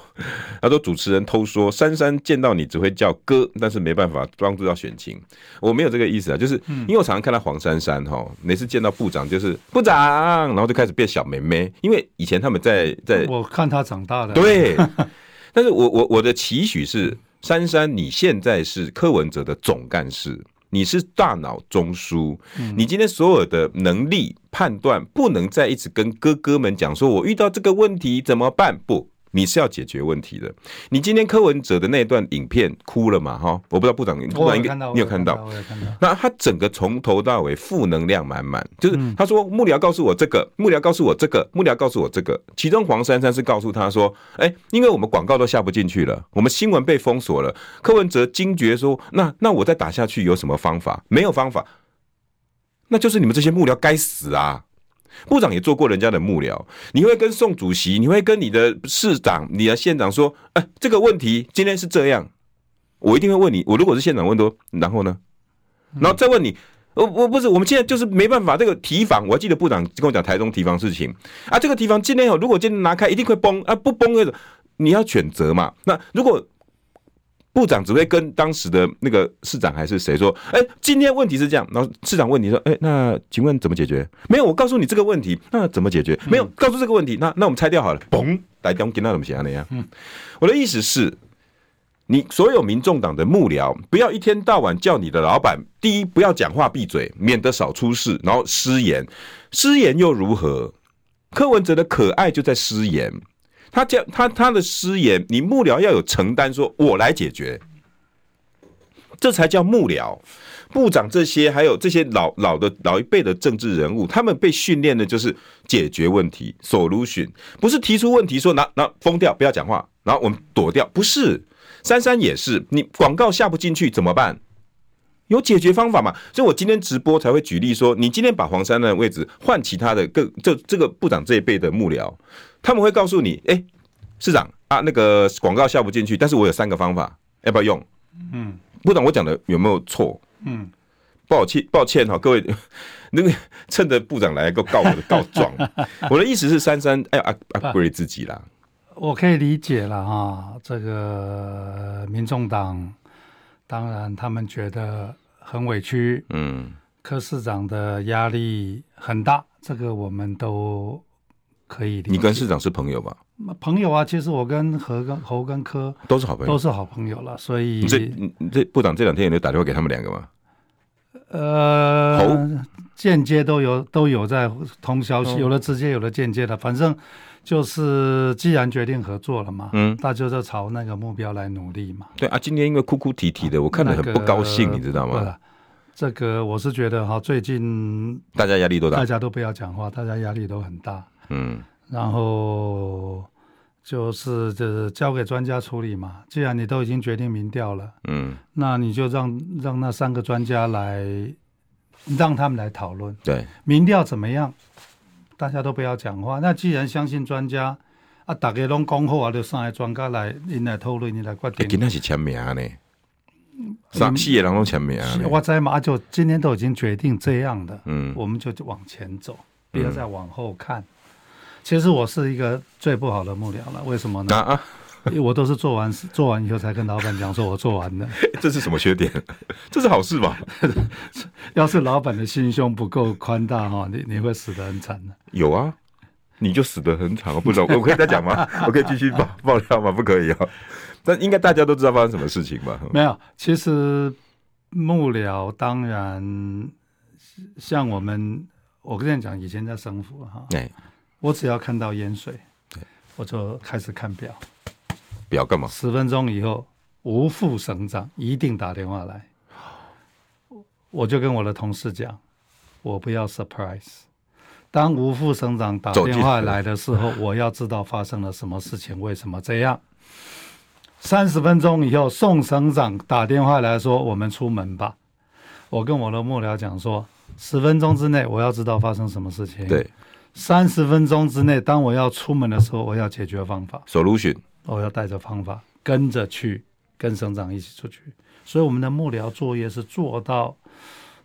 Speaker 1: 他说主持人偷说珊珊见到你只会叫哥，但是没办法帮助到选情。我没有这个意思啊，就是因为我常常看到黄珊珊哈，每次见到部长就是部长，然后就开始变小妹妹，因为以前他们在在
Speaker 2: 我看他长大
Speaker 1: 呃
Speaker 2: 的，，
Speaker 1: 对， (laughs) 但是我我我的期许是，珊珊，你现在是柯文哲的总干事，你是大脑中枢，
Speaker 2: 嗯
Speaker 1: 你今天所有的能力判断，不能再一直跟哥哥们讲说，我遇到这个问题怎么办？不。你是要解决问题的。你今天柯文哲的那段影片哭了嘛？哈，我不知道部长，部
Speaker 2: 我
Speaker 1: 长应
Speaker 2: 有
Speaker 1: 该
Speaker 2: 看到，
Speaker 1: 你有
Speaker 2: 我
Speaker 1: 看到？
Speaker 2: 我有看到。
Speaker 1: 那他整个从头到尾负能量满满，就是他说幕僚告诉我这个，幕僚告诉我这个，幕僚告诉我这个。其中黄珊珊是告诉他说：“哎、因为我们广告都下不进去了，我们新闻被封锁了。”柯文哲惊觉说：“那那我再打下去有什么方法？没有方法，那就是你们这些幕僚该死啊！”部长也做过人家的幕僚，你会跟宋主席，你会跟你的市长、你的县长说：“哎、这个问题今天是这样。”我一定会问你，我如果是县长，问多，然后呢？嗯然后再问你，我我不是，我们现在就是没办法。这个提防，我还记得部长跟我讲台中提防事情啊，这个提防今天哦，如果今天拿开，一定会崩啊，不崩那种，你要选择嘛。那如果部长只会跟当时的那个市长还是谁说，哎、今天问题是这样，然后市长问你说，哎、那请问怎么解决？没有，我告诉你这个问题，那怎么解决？没有，告诉这个问题，那那我们拆掉好了，嘣，台中今天怎么写那样？我的意思是，你所有民众党的幕僚，不要一天到晚叫你的老板，第一不要讲话闭嘴，免得少出事，然后失言，失言又如何？柯文哲的可爱就在失言，他叫他他的失言，你幕僚要有承担，说我来解决，这才叫幕僚。部长这些，还有这些老老的老一辈的政治人物，他们被训练的就是解决问题，solution，不是提出问题说拿拿封掉，不要讲话，然后我们躲掉，不是。珊珊也是，你广告下不进去怎么办？有解决方法嘛？所以我今天直播才会举例说，你今天把黄珊珊的位置换其他的更这这个部长这一辈的幕僚，他们会告诉你，哎、市长啊，那个广告下不进去，但是我有三个方法，要不要用？
Speaker 2: 嗯
Speaker 1: 部长，我讲的有没有错？
Speaker 2: 嗯，
Speaker 1: 抱歉，抱歉哈、各位，那个趁着部长来给我告我的告状。我的意思是，珊珊哎 upgrade 自己啦，
Speaker 2: 我可以理解了啊，这个民众党，当然他们觉得很委屈，
Speaker 1: 嗯，
Speaker 2: 柯市长的压力很大，这个我们都可以理解。
Speaker 1: 你跟市长是朋友吧？
Speaker 2: 朋友啊，其实我跟何跟侯跟柯
Speaker 1: 都是好朋友
Speaker 2: 都。是好朋友了，所以
Speaker 1: 你这你你这部长这两天有没有打电话给他们两个吗？
Speaker 2: 呃，间接都有都有在通消
Speaker 1: 嗯
Speaker 2: 息，有的直接，有的间接的，反正就是既然决定合作了嘛，
Speaker 1: 嗯
Speaker 2: 大家就朝那个目标来努力嘛。
Speaker 1: 对啊，今天因为哭哭啼啼的，我看了很不高兴，
Speaker 2: 那个呃
Speaker 1: 你知道
Speaker 2: 不
Speaker 1: 吗？
Speaker 2: 啦这个我是觉得哈，最近
Speaker 1: 大家压力多
Speaker 2: 大
Speaker 1: 大？
Speaker 2: 家都不要讲话，大家压力都很大，
Speaker 1: 嗯，
Speaker 2: 然后就是这交给专家处理嘛。既然你都已经决定民调了，
Speaker 1: 嗯
Speaker 2: 那你就让让那三个专家来让他们来讨论。
Speaker 1: 对，
Speaker 2: 民调怎么样？大家都不要讲话。那既然相信专家，啊，大家拢讲好啊，就上来专家来，因来讨论，因来决
Speaker 1: 欸今
Speaker 2: 定。
Speaker 1: 天是签名呢，三四个人拢签名
Speaker 2: 是
Speaker 1: 呢，
Speaker 2: 嗯我在嘛，啊就今天都已经决定这样的，
Speaker 1: 嗯
Speaker 2: 我们就往前走，不要再往后看。其实我是一个最不好的幕僚了，为什么
Speaker 1: 那
Speaker 2: 呢？
Speaker 1: 啊， (laughs)
Speaker 2: 因为我都是做完事做完以后才跟老板讲，说我
Speaker 1: (laughs)
Speaker 2: 做完了。
Speaker 1: 这是什么缺点？ (laughs) 这是好事吧？
Speaker 2: 要是老板的心胸不够宽大哈，你你会死得很惨的。
Speaker 1: 有啊，你就死得很惨哦。不
Speaker 2: (laughs)
Speaker 1: 知道我可以再讲吗？我可以继续爆爆料吗？不可以啊。但应该大家都知道发生什么事情吧？
Speaker 2: 没有，其实幕僚当然像我们，我跟你讲，以前在省府哈，
Speaker 1: 哎，
Speaker 2: 我只要看到淹水，我就开始看表，
Speaker 1: 不要干嘛？
Speaker 2: 十分钟以后，吴副省长一定打电话来，我就跟我的同事讲，我不要 surprise。当吴副省长打
Speaker 1: 走进
Speaker 2: 电话来的时候，我要知道发生了什么事情，为什么这样。三十分钟以后，宋省长打电话来说：“我们出门吧。”我跟我的幕僚讲说：“十分钟之内，我要知道发生什么事情。
Speaker 1: 对
Speaker 2: 三十分钟之内，当我要出门的时候，我要解决方法，
Speaker 1: ，solution
Speaker 2: 我哦要带着方法跟着去，跟省长一起出去。所以我们的幕僚作业是做到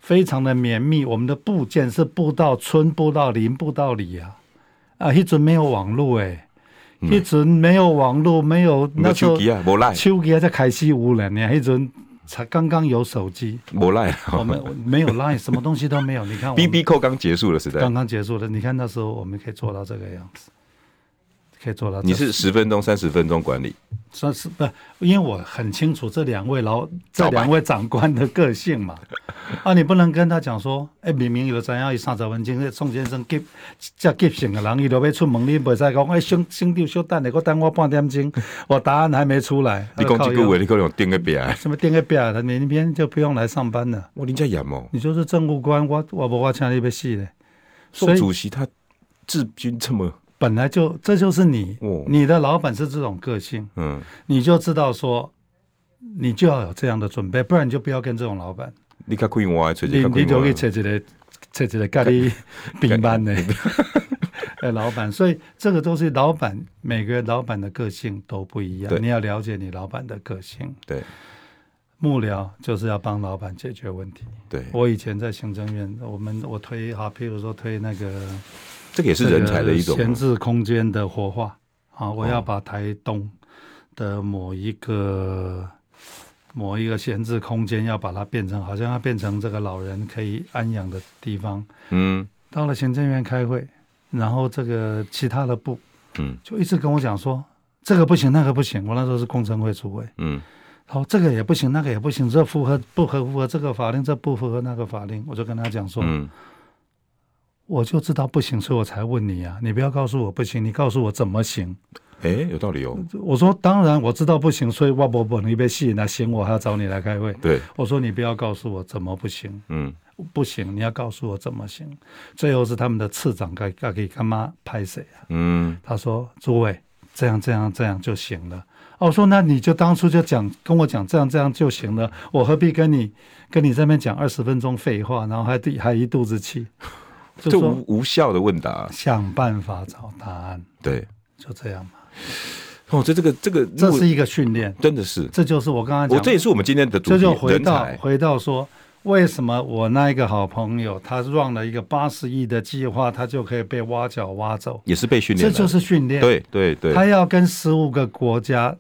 Speaker 2: 非常的绵密，我们的部件是布到村、布到林、布到里啊。啊，迄阵没有网络诶、迄阵没有网络，没有
Speaker 1: 嗯
Speaker 2: 那
Speaker 1: 没
Speaker 2: 时候
Speaker 1: 手机啊，没赖，
Speaker 2: 手机才开始有人呢，迄阵才刚刚有
Speaker 1: (laughs)
Speaker 2: 手机，
Speaker 1: 没赖啊。
Speaker 2: 我们没有 Line，什么东西都没有。你看我们
Speaker 1: B B 扣刚结束了，时代
Speaker 2: 刚，刚结束的，你看那时候我们可以做到这个样子，可以做到这。
Speaker 1: 你是十分钟、三十分钟管理，
Speaker 2: 算是不？因为我很清楚这两位老
Speaker 1: 早
Speaker 2: 这
Speaker 1: 班
Speaker 2: 两位长官的个
Speaker 1: (laughs)
Speaker 2: 性嘛。啊，你不能跟他讲说，哎、明明有怎样三十分钟，这宋先生急，这急性的人，伊都要出门，你袂使讲，哎、兄兄弟，小等下，我等我半点钟，我答案还没出来。
Speaker 1: (laughs)
Speaker 2: 呃
Speaker 1: 你讲这
Speaker 2: 靠
Speaker 1: 个
Speaker 2: 腰
Speaker 1: 话，你可能定个别。
Speaker 2: 什么订个表，他明天就不用来上班了。
Speaker 1: 啊哇，林家严哦，
Speaker 2: 你就是政务官，我我不我请你被戏嘞。所
Speaker 1: 宋
Speaker 2: 以
Speaker 1: 主席他治军这么，
Speaker 2: 本来就这就是你，
Speaker 1: 哦
Speaker 2: 你的老板是这种个性，
Speaker 1: 嗯，
Speaker 2: 你就知道说，你就要有这样的准备，不然你就不要跟这种老板。
Speaker 1: 你看快我，最
Speaker 2: 你
Speaker 1: 近
Speaker 2: 你就去找一个找一个咖喱饼
Speaker 1: (laughs)
Speaker 2: 班 (laughs) 的呃老板，所以这个都是老板每个老板的个性都不一
Speaker 1: 对
Speaker 2: 样，你要了解你老板的个性。
Speaker 1: 对
Speaker 2: 幕僚就是要帮老板解决问题。
Speaker 1: 对，
Speaker 2: 我以前在行政院，我们我推哈，譬如说推那个
Speaker 1: 这个也是人才的一种哦
Speaker 2: 这个闲置空间的活化啊，我要把台东的某一个、某一个闲置空间，要把它变成好像要变成这个老人可以安养的地方。
Speaker 1: 嗯
Speaker 2: 到了行政院开会，然后这个其他的部
Speaker 1: 嗯
Speaker 2: 就一直跟我讲说这个不行，那个不行。我那时候是工程会主委，
Speaker 1: 嗯，
Speaker 2: 他说这个也不行，那个也不行，这符合不合符合这个法令，这不符合那个法令。我就跟他讲说，
Speaker 1: 嗯，
Speaker 2: 我就知道不行，所以我才问你啊，你不要告诉我不行，你告诉我怎么行。
Speaker 1: 哎，有道理哦，
Speaker 2: 我说当然我知道不行，所以我不不你被吸引来行，我还要找你来开会。
Speaker 1: 对，
Speaker 2: 我说你不要告诉我怎么不行，
Speaker 1: 嗯
Speaker 2: 不行，你要告诉我怎么行。最后是他们的次长该该给干妈拍谁啊？
Speaker 1: 嗯，
Speaker 2: 他说诸位这样这样这样就行了。哦，我说那你就当初就讲跟我讲这样这样就行了，我何必跟你跟你这边讲二十分钟废话，然后还地还一肚子气，就
Speaker 1: 这
Speaker 2: 说
Speaker 1: 无无效的问答，啊
Speaker 2: 想办法找答案，
Speaker 1: 对，
Speaker 2: 就这样嘛。
Speaker 1: 哦，这这个这个，
Speaker 2: 这是一个训练，
Speaker 1: 真的是，
Speaker 2: 这就是我刚才讲
Speaker 1: 我这也是我们今天的主
Speaker 2: 这就
Speaker 1: 题，
Speaker 2: 回
Speaker 1: 人
Speaker 2: 到
Speaker 1: 才，
Speaker 2: 回到说，为什么我那一个好朋友他 run 了一个八十亿的计划，他就可以被挖角挖走？
Speaker 1: 也是被训练
Speaker 2: 这
Speaker 1: 来的，
Speaker 2: 就是训练。，
Speaker 1: 对对对，
Speaker 2: 他要跟十五个国家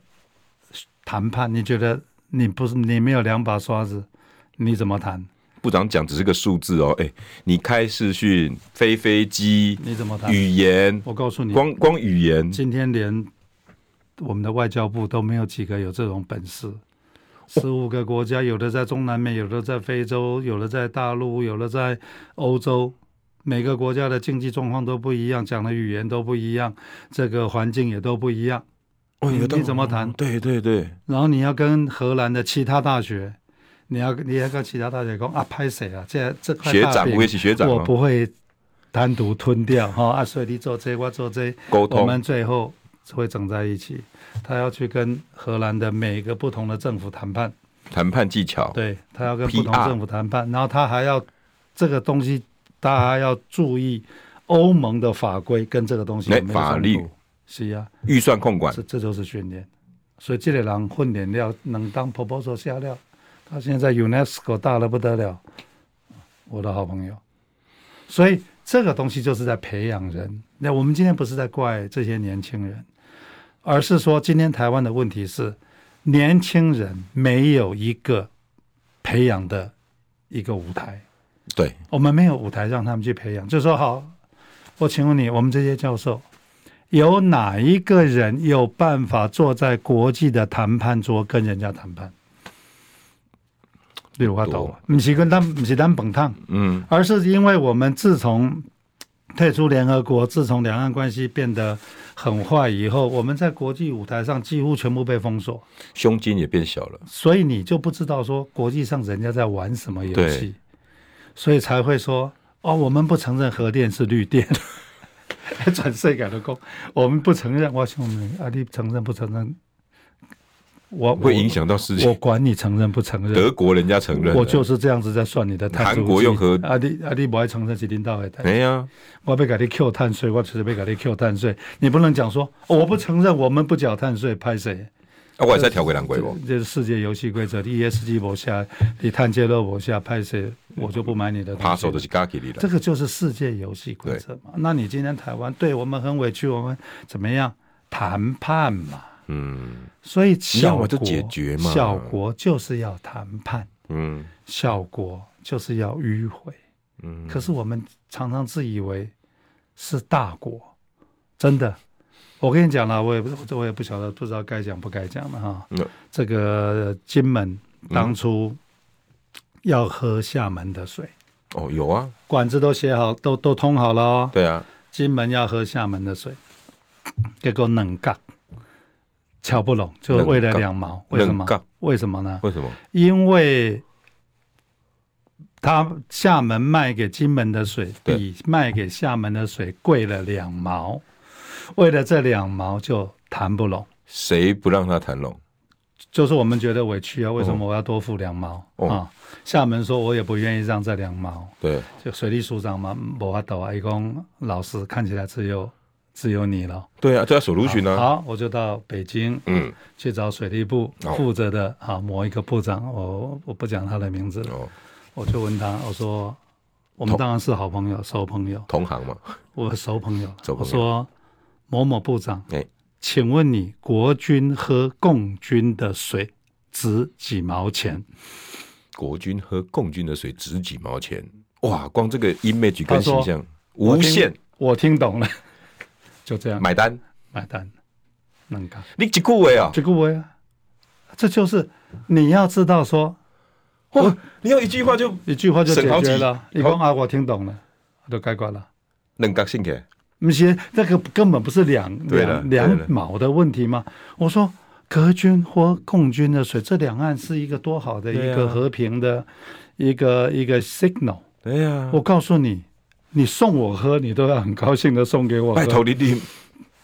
Speaker 2: 谈判，你觉得你不是你没有两把刷子，你怎么谈？
Speaker 1: 部长讲只是个数字哦，哎，你开视讯、飞飞机、
Speaker 2: 你怎么谈？
Speaker 1: 语言，
Speaker 2: 我告诉你，
Speaker 1: 光光语言，
Speaker 2: 今天连我们的外交部都没有几个有这种本事。十五个国家，有的在中南美，有的在非洲，有的在大陆，有的在欧洲。每个国家的经济状况都不一样，讲的语言都不一样，这个环境也都不一样。
Speaker 1: 哦
Speaker 2: 你
Speaker 1: 有道理
Speaker 2: 你怎么谈
Speaker 1: 对对对，
Speaker 2: 然后你要跟荷兰的其他大学，你要你要跟其他大学讲啊，拍谁啊？这这块
Speaker 1: 学
Speaker 2: 大
Speaker 1: 长，
Speaker 2: 饼
Speaker 1: 我也是学长
Speaker 2: 我
Speaker 1: 哦，
Speaker 2: 不会单独吞掉哈、啊，所以你做这，我做这，
Speaker 1: 沟通
Speaker 2: 我们最后会整在一起。他要去跟荷兰的每个不同的政府谈判，
Speaker 1: 谈判技巧，
Speaker 2: 对他要跟不同
Speaker 1: PR
Speaker 2: 政府谈判，然后他还要这个东西大家要注意，欧盟的法规跟这个东西有没有
Speaker 1: 哎法
Speaker 2: 冲
Speaker 1: 律
Speaker 2: 突是啊，
Speaker 1: 预算控管
Speaker 2: 这这就是训练。所以这类人混点料能当 proposal 下料，他现在 UNESCO 大的不得了，我的好朋友。所以这个东西就是在培养人。那我们今天不是在怪这些年轻人，而是说今天台湾的问题是，年轻人没有一个培养的一个舞台。
Speaker 1: 对
Speaker 2: 我们没有舞台让他们去培养，就说好，我请问你，我们这些教授，有哪一个人有办法坐在国际的谈判桌跟人家谈判？你有法度
Speaker 1: 多啊
Speaker 2: 吗？啊不是跟咱不是咱本趟，
Speaker 1: 嗯，
Speaker 2: 而是因为我们自从退出联合国，自从两岸关系变得很坏以后，我们在国际舞台上几乎全部被封锁。
Speaker 1: 胸襟也变小了，
Speaker 2: 所以你就不知道说国际上人家在玩什么游
Speaker 1: 对
Speaker 2: 戏，所以才会说哦，我们不承认核电是绿电， (laughs) 转世改的工，我们不承认，我想问啊，你承认不承认？我
Speaker 1: 会影，响到世
Speaker 2: 我我
Speaker 1: 界。
Speaker 2: 管你承认不承认，
Speaker 1: 德国人家承认了，
Speaker 2: 我就是这样子在算你的碳足迹。
Speaker 1: 韩国用核
Speaker 2: 啊你啊你不爱承认是领导的代
Speaker 1: 哎呀，
Speaker 2: 我被改的 Q 碳税，我只是被改的 Q 碳税，你不能讲说、哦我不承认，我们不缴碳税，拍谁？
Speaker 1: 啊我也在调回蓝鬼哦，
Speaker 2: 这是世界游戏规则，ESG E 博下，你碳揭露博下，拍谁我就不买你的东西。
Speaker 1: 扒手都是 g a k i 里
Speaker 2: 这
Speaker 1: 了，
Speaker 2: 个就是世界游戏规则嘛。那你今天台湾对我们很委屈，我们怎么样谈判嘛？
Speaker 1: 嗯
Speaker 2: 所以效
Speaker 1: 要
Speaker 2: 果
Speaker 1: 么就解决嘛
Speaker 2: 效果就是要谈判，
Speaker 1: 嗯
Speaker 2: 效果就是要迂回。
Speaker 1: 嗯，
Speaker 2: 可是我们常常自以为是大国，真的。我跟你讲了，我也不是，我也不晓得，不知道该讲不该讲了哈。
Speaker 1: 嗯
Speaker 2: 这个金门当初要喝厦门的水，
Speaker 1: 哦有啊，
Speaker 2: 管子都写好，都都通好了哦。
Speaker 1: 对啊，
Speaker 2: 金门要喝厦门的水，结果冷杠，瞧不拢，就为了两毛，为什么
Speaker 1: 冷杠？
Speaker 2: 为什么呢？
Speaker 1: 为什么？
Speaker 2: 因为他厦门卖给金门的水
Speaker 1: 对
Speaker 2: 比卖给厦门的水贵了两毛，为了这两毛就谈不拢，
Speaker 1: 谁不让他谈拢？
Speaker 2: 就是我们觉得委屈啊，为什么我要多付两毛
Speaker 1: 哦
Speaker 2: 啊？厦门说我也不愿意让这两毛，
Speaker 1: 对，
Speaker 2: 就水利署长嘛，我法度啊，一共老师看起来只有只有你了。
Speaker 1: 对啊，就要手撸群啊，
Speaker 2: 好，我就到北京，
Speaker 1: 嗯，
Speaker 2: 去找水利部
Speaker 1: 哦
Speaker 2: 负责的啊某一个部长，我我不讲他的名字了。
Speaker 1: 哦，
Speaker 2: 我就问他，我说我们
Speaker 1: 同
Speaker 2: 当然是好朋友，熟朋友，
Speaker 1: 同行嘛，
Speaker 2: 我熟朋友了。
Speaker 1: 熟
Speaker 2: 我
Speaker 1: 朋友
Speaker 2: 说某某部长，
Speaker 1: 哎，
Speaker 2: 请问你国军喝共军的水值几毛钱？
Speaker 1: 国军和共军的水值几毛钱？哇，光这个 image
Speaker 2: 他
Speaker 1: 跟
Speaker 2: 说
Speaker 1: 形象无限
Speaker 2: 我听，我听懂了， (laughs) 就这样买
Speaker 1: 买单，
Speaker 2: 买单，能干。
Speaker 1: 你几顾位啊？
Speaker 2: 这个我也，这就是你要知道说
Speaker 1: 哇，你要一句话就
Speaker 2: 一句话就解
Speaker 1: 省好
Speaker 2: 决
Speaker 1: 几
Speaker 2: 了。你讲啊，我听懂了，就该管了。
Speaker 1: 能高兴给，
Speaker 2: 那些那个根本不是两
Speaker 1: 对了
Speaker 2: 两
Speaker 1: 对了
Speaker 2: 两毛的问题吗？我说隔军或共军的水，这两岸是一个多好的
Speaker 1: 对
Speaker 2: 一
Speaker 1: 啊
Speaker 2: 个和平的一个一个 signal。
Speaker 1: 对呀
Speaker 2: 我告诉你，你送我喝，你都要很高兴的送给我喝。
Speaker 1: 拜托你你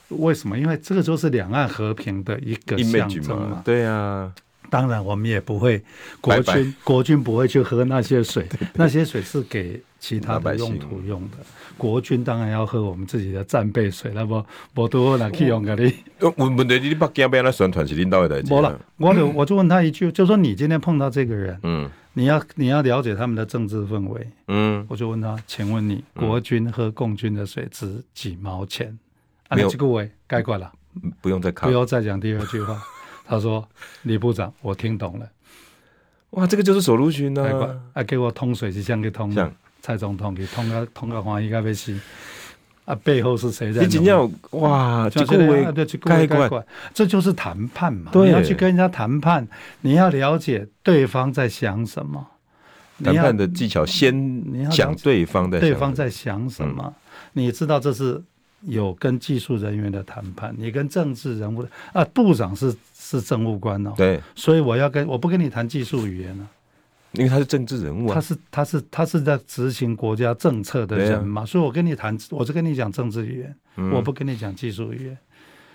Speaker 2: 为什么？因为这个就是两岸和平的一个象
Speaker 1: image
Speaker 2: 征嘛
Speaker 1: 嘛，。对呀，
Speaker 2: 当然，我们也不会国
Speaker 1: 拜
Speaker 2: 军
Speaker 1: 拜
Speaker 2: 国军不会去喝那些水，那些水是给其他的用途用的。国军当然要喝我们自己的战备水了，不不多了，去用给你。
Speaker 1: 呃问问题你北京要那宣传是领导的代志
Speaker 2: 没
Speaker 1: 啊
Speaker 2: 了，，我就我就问他一句，就说你今天碰到这个人，
Speaker 1: 嗯
Speaker 2: 你要你要了解他们的政治氛围。
Speaker 1: 嗯，
Speaker 2: 我就问他，请问你国军喝共军的水值几毛钱？啊，
Speaker 1: 没有
Speaker 2: 你这个位该管了。
Speaker 1: 不用再看
Speaker 2: 不，要再讲第二句话。他说：“李部长，我听懂了，
Speaker 1: 哇，这个就是手撸群
Speaker 2: 还
Speaker 1: 啊
Speaker 2: 管，还给我通水是这样给通
Speaker 1: 像
Speaker 2: 的，蔡总统给通个通个欢喜该被死。啊，背后是谁
Speaker 1: 你
Speaker 2: 在弄？
Speaker 1: 真正有哇，
Speaker 2: 就
Speaker 1: 这
Speaker 2: 是这样啊
Speaker 1: 个
Speaker 2: 对
Speaker 1: 位
Speaker 2: 这个位该
Speaker 1: 管
Speaker 2: 管，这就是谈判嘛。
Speaker 1: 对
Speaker 2: 你要去跟人家谈判，你要了解对方在想什么，
Speaker 1: 谈
Speaker 2: 你要
Speaker 1: 判的技巧，
Speaker 2: 你
Speaker 1: 先
Speaker 2: 要
Speaker 1: 讲
Speaker 2: 了解
Speaker 1: 对方在
Speaker 2: 对
Speaker 1: 想嗯
Speaker 2: 方
Speaker 1: 什
Speaker 2: 在想什么，你知道这是有跟技术人员的谈判，你跟政治人物的啊，部长是是政务官哦
Speaker 1: 么，对，
Speaker 2: 所以我要跟我不跟你谈技术语言啊了、
Speaker 1: 因为他是政治人物
Speaker 2: 他
Speaker 1: 啊，
Speaker 2: 是他是他是在执行国家政
Speaker 1: 嗯
Speaker 2: 策的人嘛，所以我跟你谈，我是跟你讲政治语言，我不跟你讲技术语言。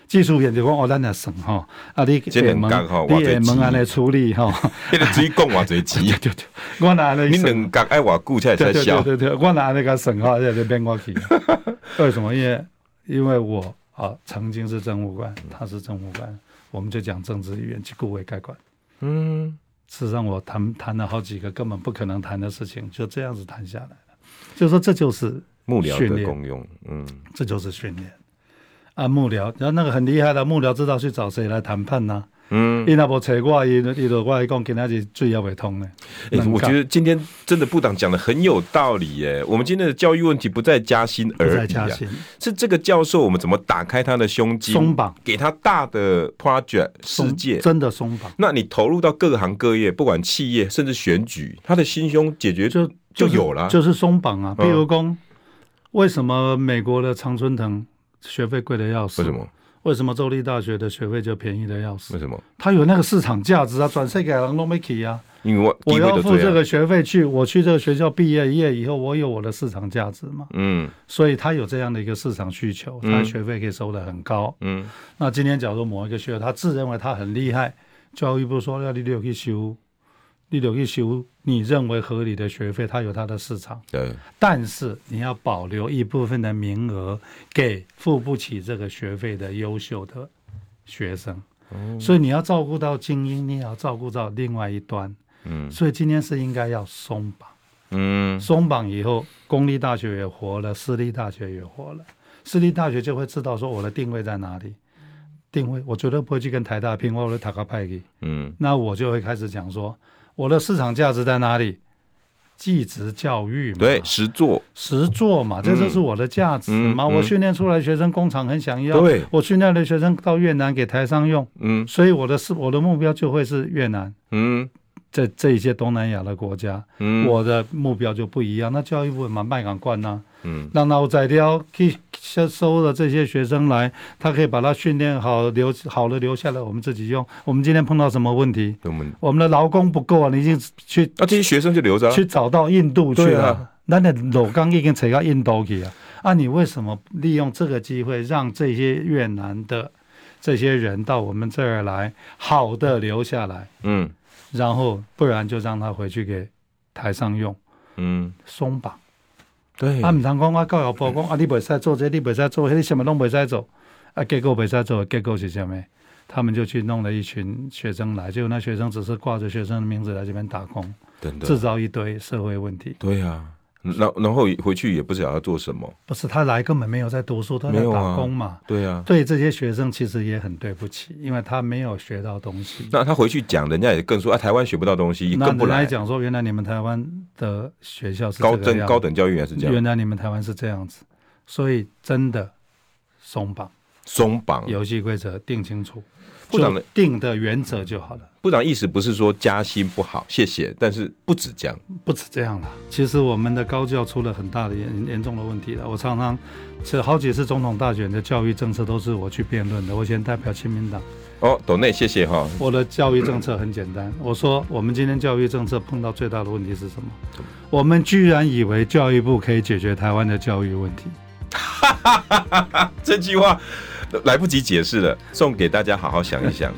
Speaker 2: 技术员就讲哦，咱也算吼，啊，你
Speaker 1: 这两角吼
Speaker 2: 你
Speaker 1: 偌
Speaker 2: 厦
Speaker 1: 侪
Speaker 2: 门安尼
Speaker 1: 钱
Speaker 2: 处理吼，
Speaker 1: 迄 (laughs) 个水讲偌侪
Speaker 2: (laughs) 对
Speaker 1: 钱，
Speaker 2: 对对，我哪来
Speaker 1: 你
Speaker 2: 算
Speaker 1: 两角爱偌久才
Speaker 2: 对
Speaker 1: 才
Speaker 2: 对
Speaker 1: 消
Speaker 2: 对？对对，我拿那个省号在这边过去。为什么？因为因为我啊曾经是政务官，他是政务官，我们就讲政治语言去顾为该管。
Speaker 1: 嗯，
Speaker 2: 事实上，我谈谈了好几个根本不可能谈的事情，就这样子谈下来了。就说这就是
Speaker 1: 幕僚
Speaker 2: 训
Speaker 1: 的
Speaker 2: 练，
Speaker 1: 功用，嗯，
Speaker 2: 这就是训练。啊，幕僚，然后那个很厉害的幕僚知道去找谁来谈判呐、
Speaker 1: 嗯，
Speaker 2: 伊若无找我，伊伊就我来讲，今仔日水也未通呢。
Speaker 1: 哎、
Speaker 2: 能
Speaker 1: 我
Speaker 2: 干
Speaker 1: 觉得今天真的部长讲的很有道理耶。我们今天的教育问题不在加薪而已、啊，
Speaker 2: 不在加薪
Speaker 1: 是这个教授我们怎么打开他的胸襟，
Speaker 2: 松绑，
Speaker 1: 给他大的 project 世界
Speaker 2: 松。真的松绑。
Speaker 1: 那你投入到各行各业，不管企业甚至选举，他的心胸解决
Speaker 2: 就
Speaker 1: 就是有了。
Speaker 2: 就是松绑啊。
Speaker 1: 嗯
Speaker 2: 譬如讲，为什么美国的常春藤学费贵的要死？
Speaker 1: 为什？么？
Speaker 2: 为什么州立大学的学费就便宜的要
Speaker 1: 为
Speaker 2: 死？
Speaker 1: 什么？
Speaker 2: 它有那个市场价值啊，转世给人都没起啊。
Speaker 1: 因为我
Speaker 2: 我
Speaker 1: 地位
Speaker 2: 要
Speaker 1: 的
Speaker 2: 付这
Speaker 1: 对
Speaker 2: 个
Speaker 1: 啊，
Speaker 2: 学费去，我去这个学校毕业一业以后，我有我的市场价值嘛，
Speaker 1: 嗯
Speaker 2: 所以它有这样的一个市场需求，它
Speaker 1: 嗯
Speaker 2: 学费可以收的很高。
Speaker 1: 嗯
Speaker 2: 那今天假如某一个学校，他自认为他很厉害，教育部说要你留去修，你留去修你认为合理的学费，它有它的市场。
Speaker 1: 对，
Speaker 2: 但是你要保留一部分的名额给付不起这个学费的优秀的学生，所以你要照顾到精英，你也要照顾到另外一端。
Speaker 1: 嗯
Speaker 2: 所以今天是应该要松绑，
Speaker 1: 嗯
Speaker 2: 松绑以后，公立大学也活了，私立大学也活了，私立大学就会知道说我的定位在哪里。定位，我绝对不会去跟台大拼，我会塔卡派给。
Speaker 1: 嗯
Speaker 2: 那我就会开始讲说，我的市场价值在哪里？技职教育嘛，
Speaker 1: 对，实做
Speaker 2: 实做嘛，这就是我的价值嘛。
Speaker 1: 嗯嗯
Speaker 2: 我训练出来的学生，工厂很想要；
Speaker 1: 对
Speaker 2: 我训练的学生到越南给台商用，
Speaker 1: 嗯
Speaker 2: 所以我的是我的目标就会是越南
Speaker 1: 嗯
Speaker 2: 这这一些东南亚的国家，
Speaker 1: 嗯
Speaker 2: 我的目标就不一样。那教育部嘛，卖港冠呐，
Speaker 1: 嗯
Speaker 2: 让老仔雕去收收了这些学生来，他可以把他训练好，留好了留下来，我们自己用。我们今天碰到什么问题？
Speaker 1: 我们
Speaker 2: 我们的劳工不够啊，你已经去
Speaker 1: 啊，这些学生就留着啊
Speaker 2: 去找到印度去
Speaker 1: 对
Speaker 2: 了
Speaker 1: 啊。
Speaker 2: 咱的老工已经找到印度去了，啊，你为什么不利用这个机会让这些越南的这些人到我们这儿来，好的留下来，
Speaker 1: 嗯
Speaker 2: 然后不然就让他回去给台上用
Speaker 1: 嗯，
Speaker 2: 松绑。
Speaker 1: 对，
Speaker 2: 啊，毋通讲我教育部讲啊，你袂使做这，你袂使做那，你什么拢袂使做。啊，结果袂使做，结果是什么？他们就去弄了一群学生来，结果那学生只是挂着学生的名字来这边打工，
Speaker 1: 真的
Speaker 2: 制造一堆社会问题。
Speaker 1: 对啊，然然后回去也不晓得要做什么，
Speaker 2: 不是他来根本没有在读书，他在
Speaker 1: 没有
Speaker 2: 打
Speaker 1: 啊
Speaker 2: 工嘛。
Speaker 1: 对啊。
Speaker 2: 对这些学生其实也很对不起，因为他没有学到东西。
Speaker 1: 那他回去讲，人家也更说啊，台湾学不到东西，也
Speaker 2: 那
Speaker 1: 更不
Speaker 2: 人家
Speaker 1: 来
Speaker 2: 一。讲说，原来你们台湾的学校是
Speaker 1: 高
Speaker 2: 这个
Speaker 1: 等
Speaker 2: 样
Speaker 1: 高等教育也是这
Speaker 2: 原
Speaker 1: 样，
Speaker 2: 来你们台湾是这样子，所以真的松绑，
Speaker 1: 松绑。
Speaker 2: 游戏规则定清楚，
Speaker 1: 嗯部长
Speaker 2: 就定的原则就好了。
Speaker 1: 部长意思不是说加薪不好，谢谢，但是不止这样。
Speaker 2: 不止这样了，其实我们的高教出了很大的严严重的问题了。我常常这好几次总统大选的教育政策都是我去辩论的，我以前代表亲民党。
Speaker 1: 哦，董内，谢谢哈。
Speaker 2: 我的教育政策很简单，我说我们今天教育政策碰到最大的问题是什么？我们居然以为教育部可以解决台湾的教育问题，
Speaker 1: 这句话来不及解释了，送给大家好好想一想。